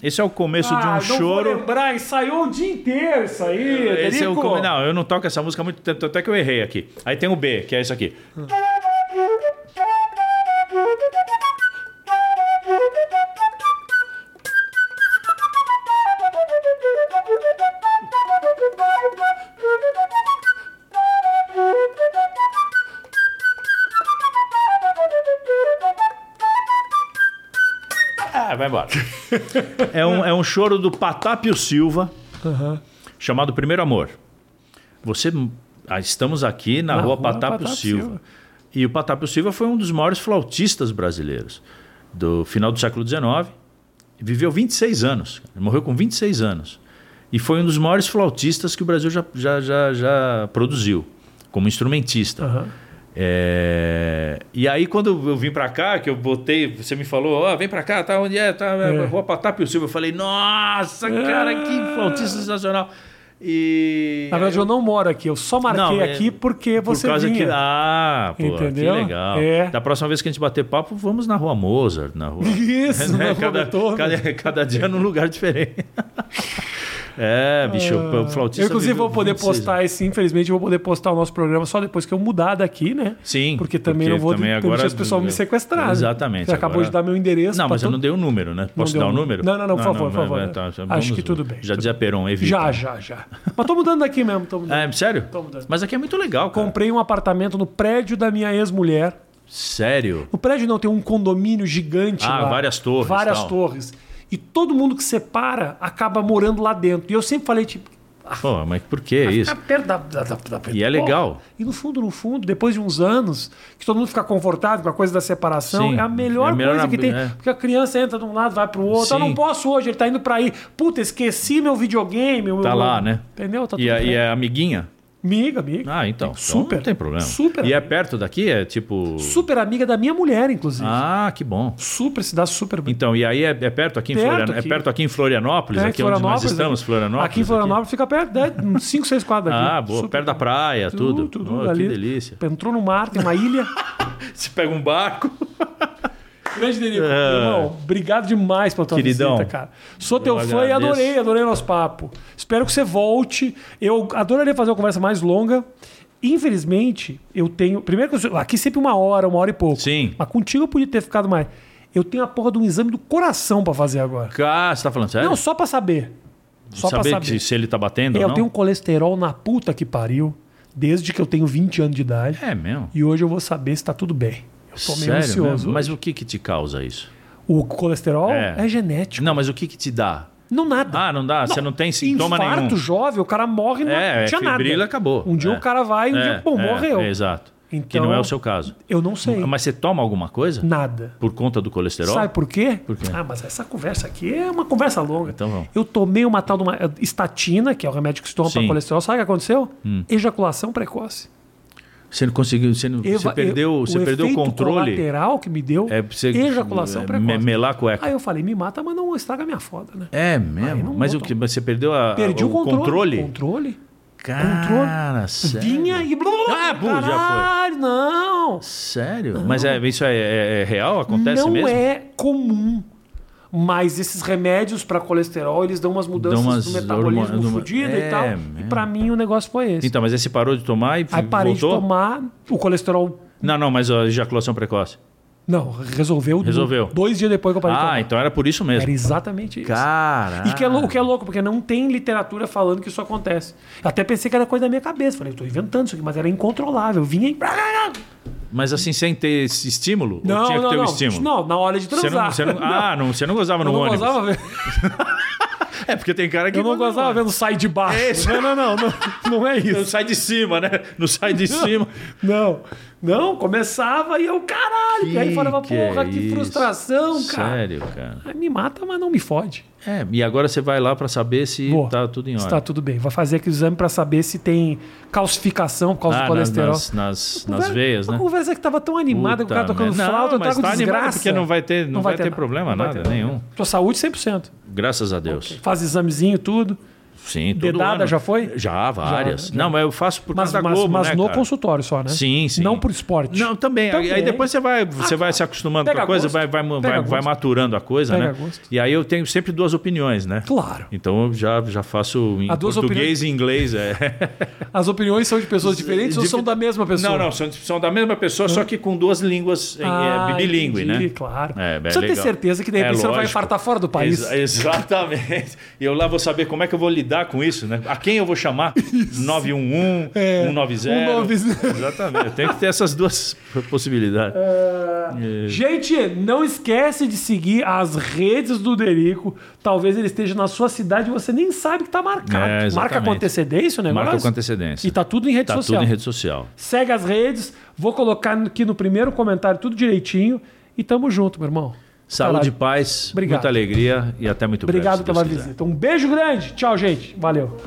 Esse é o começo de um Ah, não choro. Vou lembrar, ensaiou o dia inteiro isso aí, Esse é o Derico. come- Não, eu não toco essa música há muito tempo, até que eu errei aqui. Aí tem o B, que é isso aqui. Ah, vai embora. é, um, é um choro do Patápio Silva, chamado Primeiro Amor. Você, ah, estamos aqui na, rua, Patápio, Silva. E o Patápio Silva foi um dos maiores flautistas brasileiros do final do século XIX. Viveu 26 anos, ele morreu com 26 anos. E foi um dos maiores flautistas que o Brasil já, já, já, já produziu, como instrumentista. É, E aí, quando eu vim pra cá, que eu botei, você me falou, ó, vem pra cá, tá onde é? Tá, é. Rua Patápio Silva. Eu falei, nossa, cara, que flautista sensacional. E. É. Na verdade, eu não moro aqui, eu só marquei Não, é- aqui porque Por você causa vinha. que. Ah, pô, Entendeu? que legal. É. Da próxima vez que a gente bater papo, vamos na rua Mozart, na rua. Isso, né, na rua É, né? cada, Beethoven. cada, cada dia num lugar diferente. é, bicho, o Ah, flautista. Eu, inclusive, viveu vou poder 26 anos. postar esse, infelizmente, eu vou poder postar o nosso programa só depois que eu mudar daqui, né? Sim. Porque também não vou também permitir agora- as pessoas me sequestrarem. Exatamente. Você acabou agora- de dar meu endereço. Não, pra mas eu todo- não dei o número, né? Posso deu dar o o número? número. Não, não, não, por favor, por vai- favor. tá, já Acho vamos- que tudo bem, Já tudo dizia Peron, evita. Já, já, já. Mas tô mudando daqui mesmo. Tô mudando. É, sério? Tô mudando. Mas aqui é muito legal, cara. Comprei um apartamento no prédio da minha ex-mulher. Sério? No prédio não, tem um condomínio gigante Ah, lá. várias torres, Várias tal. torres. E todo mundo que separa acaba morando lá dentro. E eu sempre falei, tipo, Pô, mas por que isso? Tá perto da, da, da, da- E é legal. E no fundo, no fundo, depois de uns anos, que todo mundo fica confortável com a coisa da separação, Sim, é a melhor é a melhor coisa que ab- tem. é. Porque a criança entra de um lado, vai pro outro. Sim. Eu não posso hoje, ele tá indo pra aí. Puta, esqueci meu videogame. meu- Tá meu- lá, né? Entendeu? Tá E a, bem. e a amiguinha? Amiga, amiga. Ah, então. Super. Super. não tem problema. Super. E é perto daqui? É tipo. Super amiga da minha mulher, inclusive. Ah, que bom. Super, se dá super bem. Então, e aí é, é perto aqui em Perto Florianópolis? aqui. É perto aqui em Florianópolis, Perto aqui é de onde nós estamos, aqui- Florianópolis. né? Aqui em Florianópolis fica perto, né? uns 5, 6 quadras daqui. Ah, boa. Super. Perto da praia, tudo. Oh, que ali. delícia. Entrou no mar, tem uma ilha. Você pega um barco. Grande Derico. Irmão, obrigado demais pela tua Ah. Queridão. visita, cara. Sou teu Eu fã e agradeço. adorei, adorei o nosso papo. Espero que você volte. Eu adoraria fazer uma conversa mais longa. Infelizmente, eu tenho. Primeiro que eu sou- aqui sempre uma hora, uma hora e pouco. Sim. Mas contigo eu podia ter ficado mais. Eu tenho a porra de um exame do coração pra fazer agora. Cá, você tá falando sério? Não, só pra saber. Só saber pra saber. que- se ele tá batendo É, ou eu não? tenho um colesterol na puta que pariu, desde que eu tenho 20 anos de idade. É mesmo. E hoje eu vou saber se tá tudo bem. Eu tô meio Sério ansioso. mesmo? Mas o que que te causa isso? O colesterol É. é genético. Não, mas o que que te dá? Não nada. Ah, não dá? Você não tem sintoma Infarto nenhum? jovem, o cara morre e não É, é, tinha nada. fibrila acabou. Um dia É. o cara vai, um É, dia, bom, é, morreu. é, exato. Que Então- não é o seu caso. Eu não sei. Mas você toma alguma coisa? Nada. Por conta do colesterol? Sabe por quê? quê? Ah, mas essa conversa aqui é uma conversa longa. Então vamos. Eu tomei uma tal de uma eh, estatina, que é o remédio que se toma para Sim. Hum. colesterol. Sabe o que aconteceu? Ejaculação precoce. Você não conseguiu, você, não, Eva- você perdeu, eu- você o perdeu o efeito controle. colateral que me deu É pra você ejaculação é, me- precoce. melar a cueca. Aí eu falei, me mata, mas não estraga minha foda, né? É Aí mesmo. não Mas o vou que mas você perdeu a, a- Perdi o controle. controle? Controle. Cara, sério. Vinha e... Ah, bu, já foi. Caralho, não. Sério? Mas é, isso é, é- é real? Acontece não mesmo? é comum. Mas esses remédios para colesterol, eles dão umas mudanças Dão umas no metabolismo hormônio- numa- fodido É, e tal. E mesmo. para mim o negócio foi esse. Então, mas aí você parou de tomar e Aí parei de voltou? tomar, o colesterol Não, não, mas a ejaculação precoce. não, resolveu. do- Resolveu. Dois dias depois que eu parei de Ah, tomar. então era por isso mesmo. Era exatamente isso. Cara. E que é lou- o que é louco, porque não tem literatura falando que isso acontece. Eu até pensei que era coisa da minha cabeça. Falei, eu tô inventando isso aqui, mas era incontrolável. Eu vinha e... Mas assim, sem ter esse estímulo? ou Não, tinha que não, ter o não. estímulo? Não, na hora de Você transar. não, você não, ah, não, você não gozava no eu não ônibus. gostava ver. É, porque tem cara que Eu não goza no gostava vendo sai de baixo. É isso. Não, não, não, não. Não é Não isso. sai de cima, né? Não sai de cima. Não. Não, começava e eu, caralho. e aí eu falava, Que porra, é que isso? frustração, cara. Sério, cara. Aí Me mata, mas não me fode. É, e agora você vai lá pra saber se Boa. tá tudo em ordem. Está tudo bem. Vai fazer aquele exame pra saber se tem calcificação por causa Ah, do nas, colesterol. nas, nas, nas veias, A né? conversa é que tava tão animada com o cara Puta tocando merda. Não, flauta, eu mas trago tá animado desgraça. porque não vai ter- não vai ter problema, Não vai nada, ter nenhum. Tua saúde 100%. Graças a Deus. Faz examezinho, tudo. Sim, todo Dedada ano. já foi? Já, várias. Já, já. Não, mas eu faço por Mas, causa da mas- Globo, mas né, no cara? consultório Então só, né? Sim, sim. Não por esporte. Não, também. Aí- Aí Também. depois você vai, você vai se acostumando com Ah, Pega a coisa, gosto. vai, vai, vai, Pega vai gosto. maturando a coisa, Pega né? gosto. E aí eu tenho sempre duas opiniões, né? Claro. Então eu já, já faço em Há duas português e inglês. É. As opiniões são de pessoas diferentes ou Dif- são da mesma pessoa? Não, não, são, são da mesma pessoa, só que com duas línguas em, Ah, é, bilíngue, entendi, né? Claro. É, bem Precisa ter legal. certeza que de É repente você não vai lógico. é. infartar fora do país. Ex- exatamente. E eu lá vou saber como é que eu vou lidar com isso, né? A quem eu vou chamar? 911, É, 190. 190. Exatamente. Eu tenho que ter essas duas possibilidades. Gente, não esquece de seguir as redes do Derico. Talvez ele esteja na sua cidade e você nem sabe que tá marcado. É, exatamente. Marca com antecedência o negócio? Marca com É, antecedência. E tá tudo em rede Tá social. tudo em rede social. Segue as redes. Vou colocar aqui no primeiro comentário tudo direitinho. E tamo junto, meu irmão. Saúde, Caralho. paz, Tá Obrigado. muita alegria e até muito breve, Obrigado se Deus pela quiser. visita. Um beijo grande. Tchau, gente. Valeu.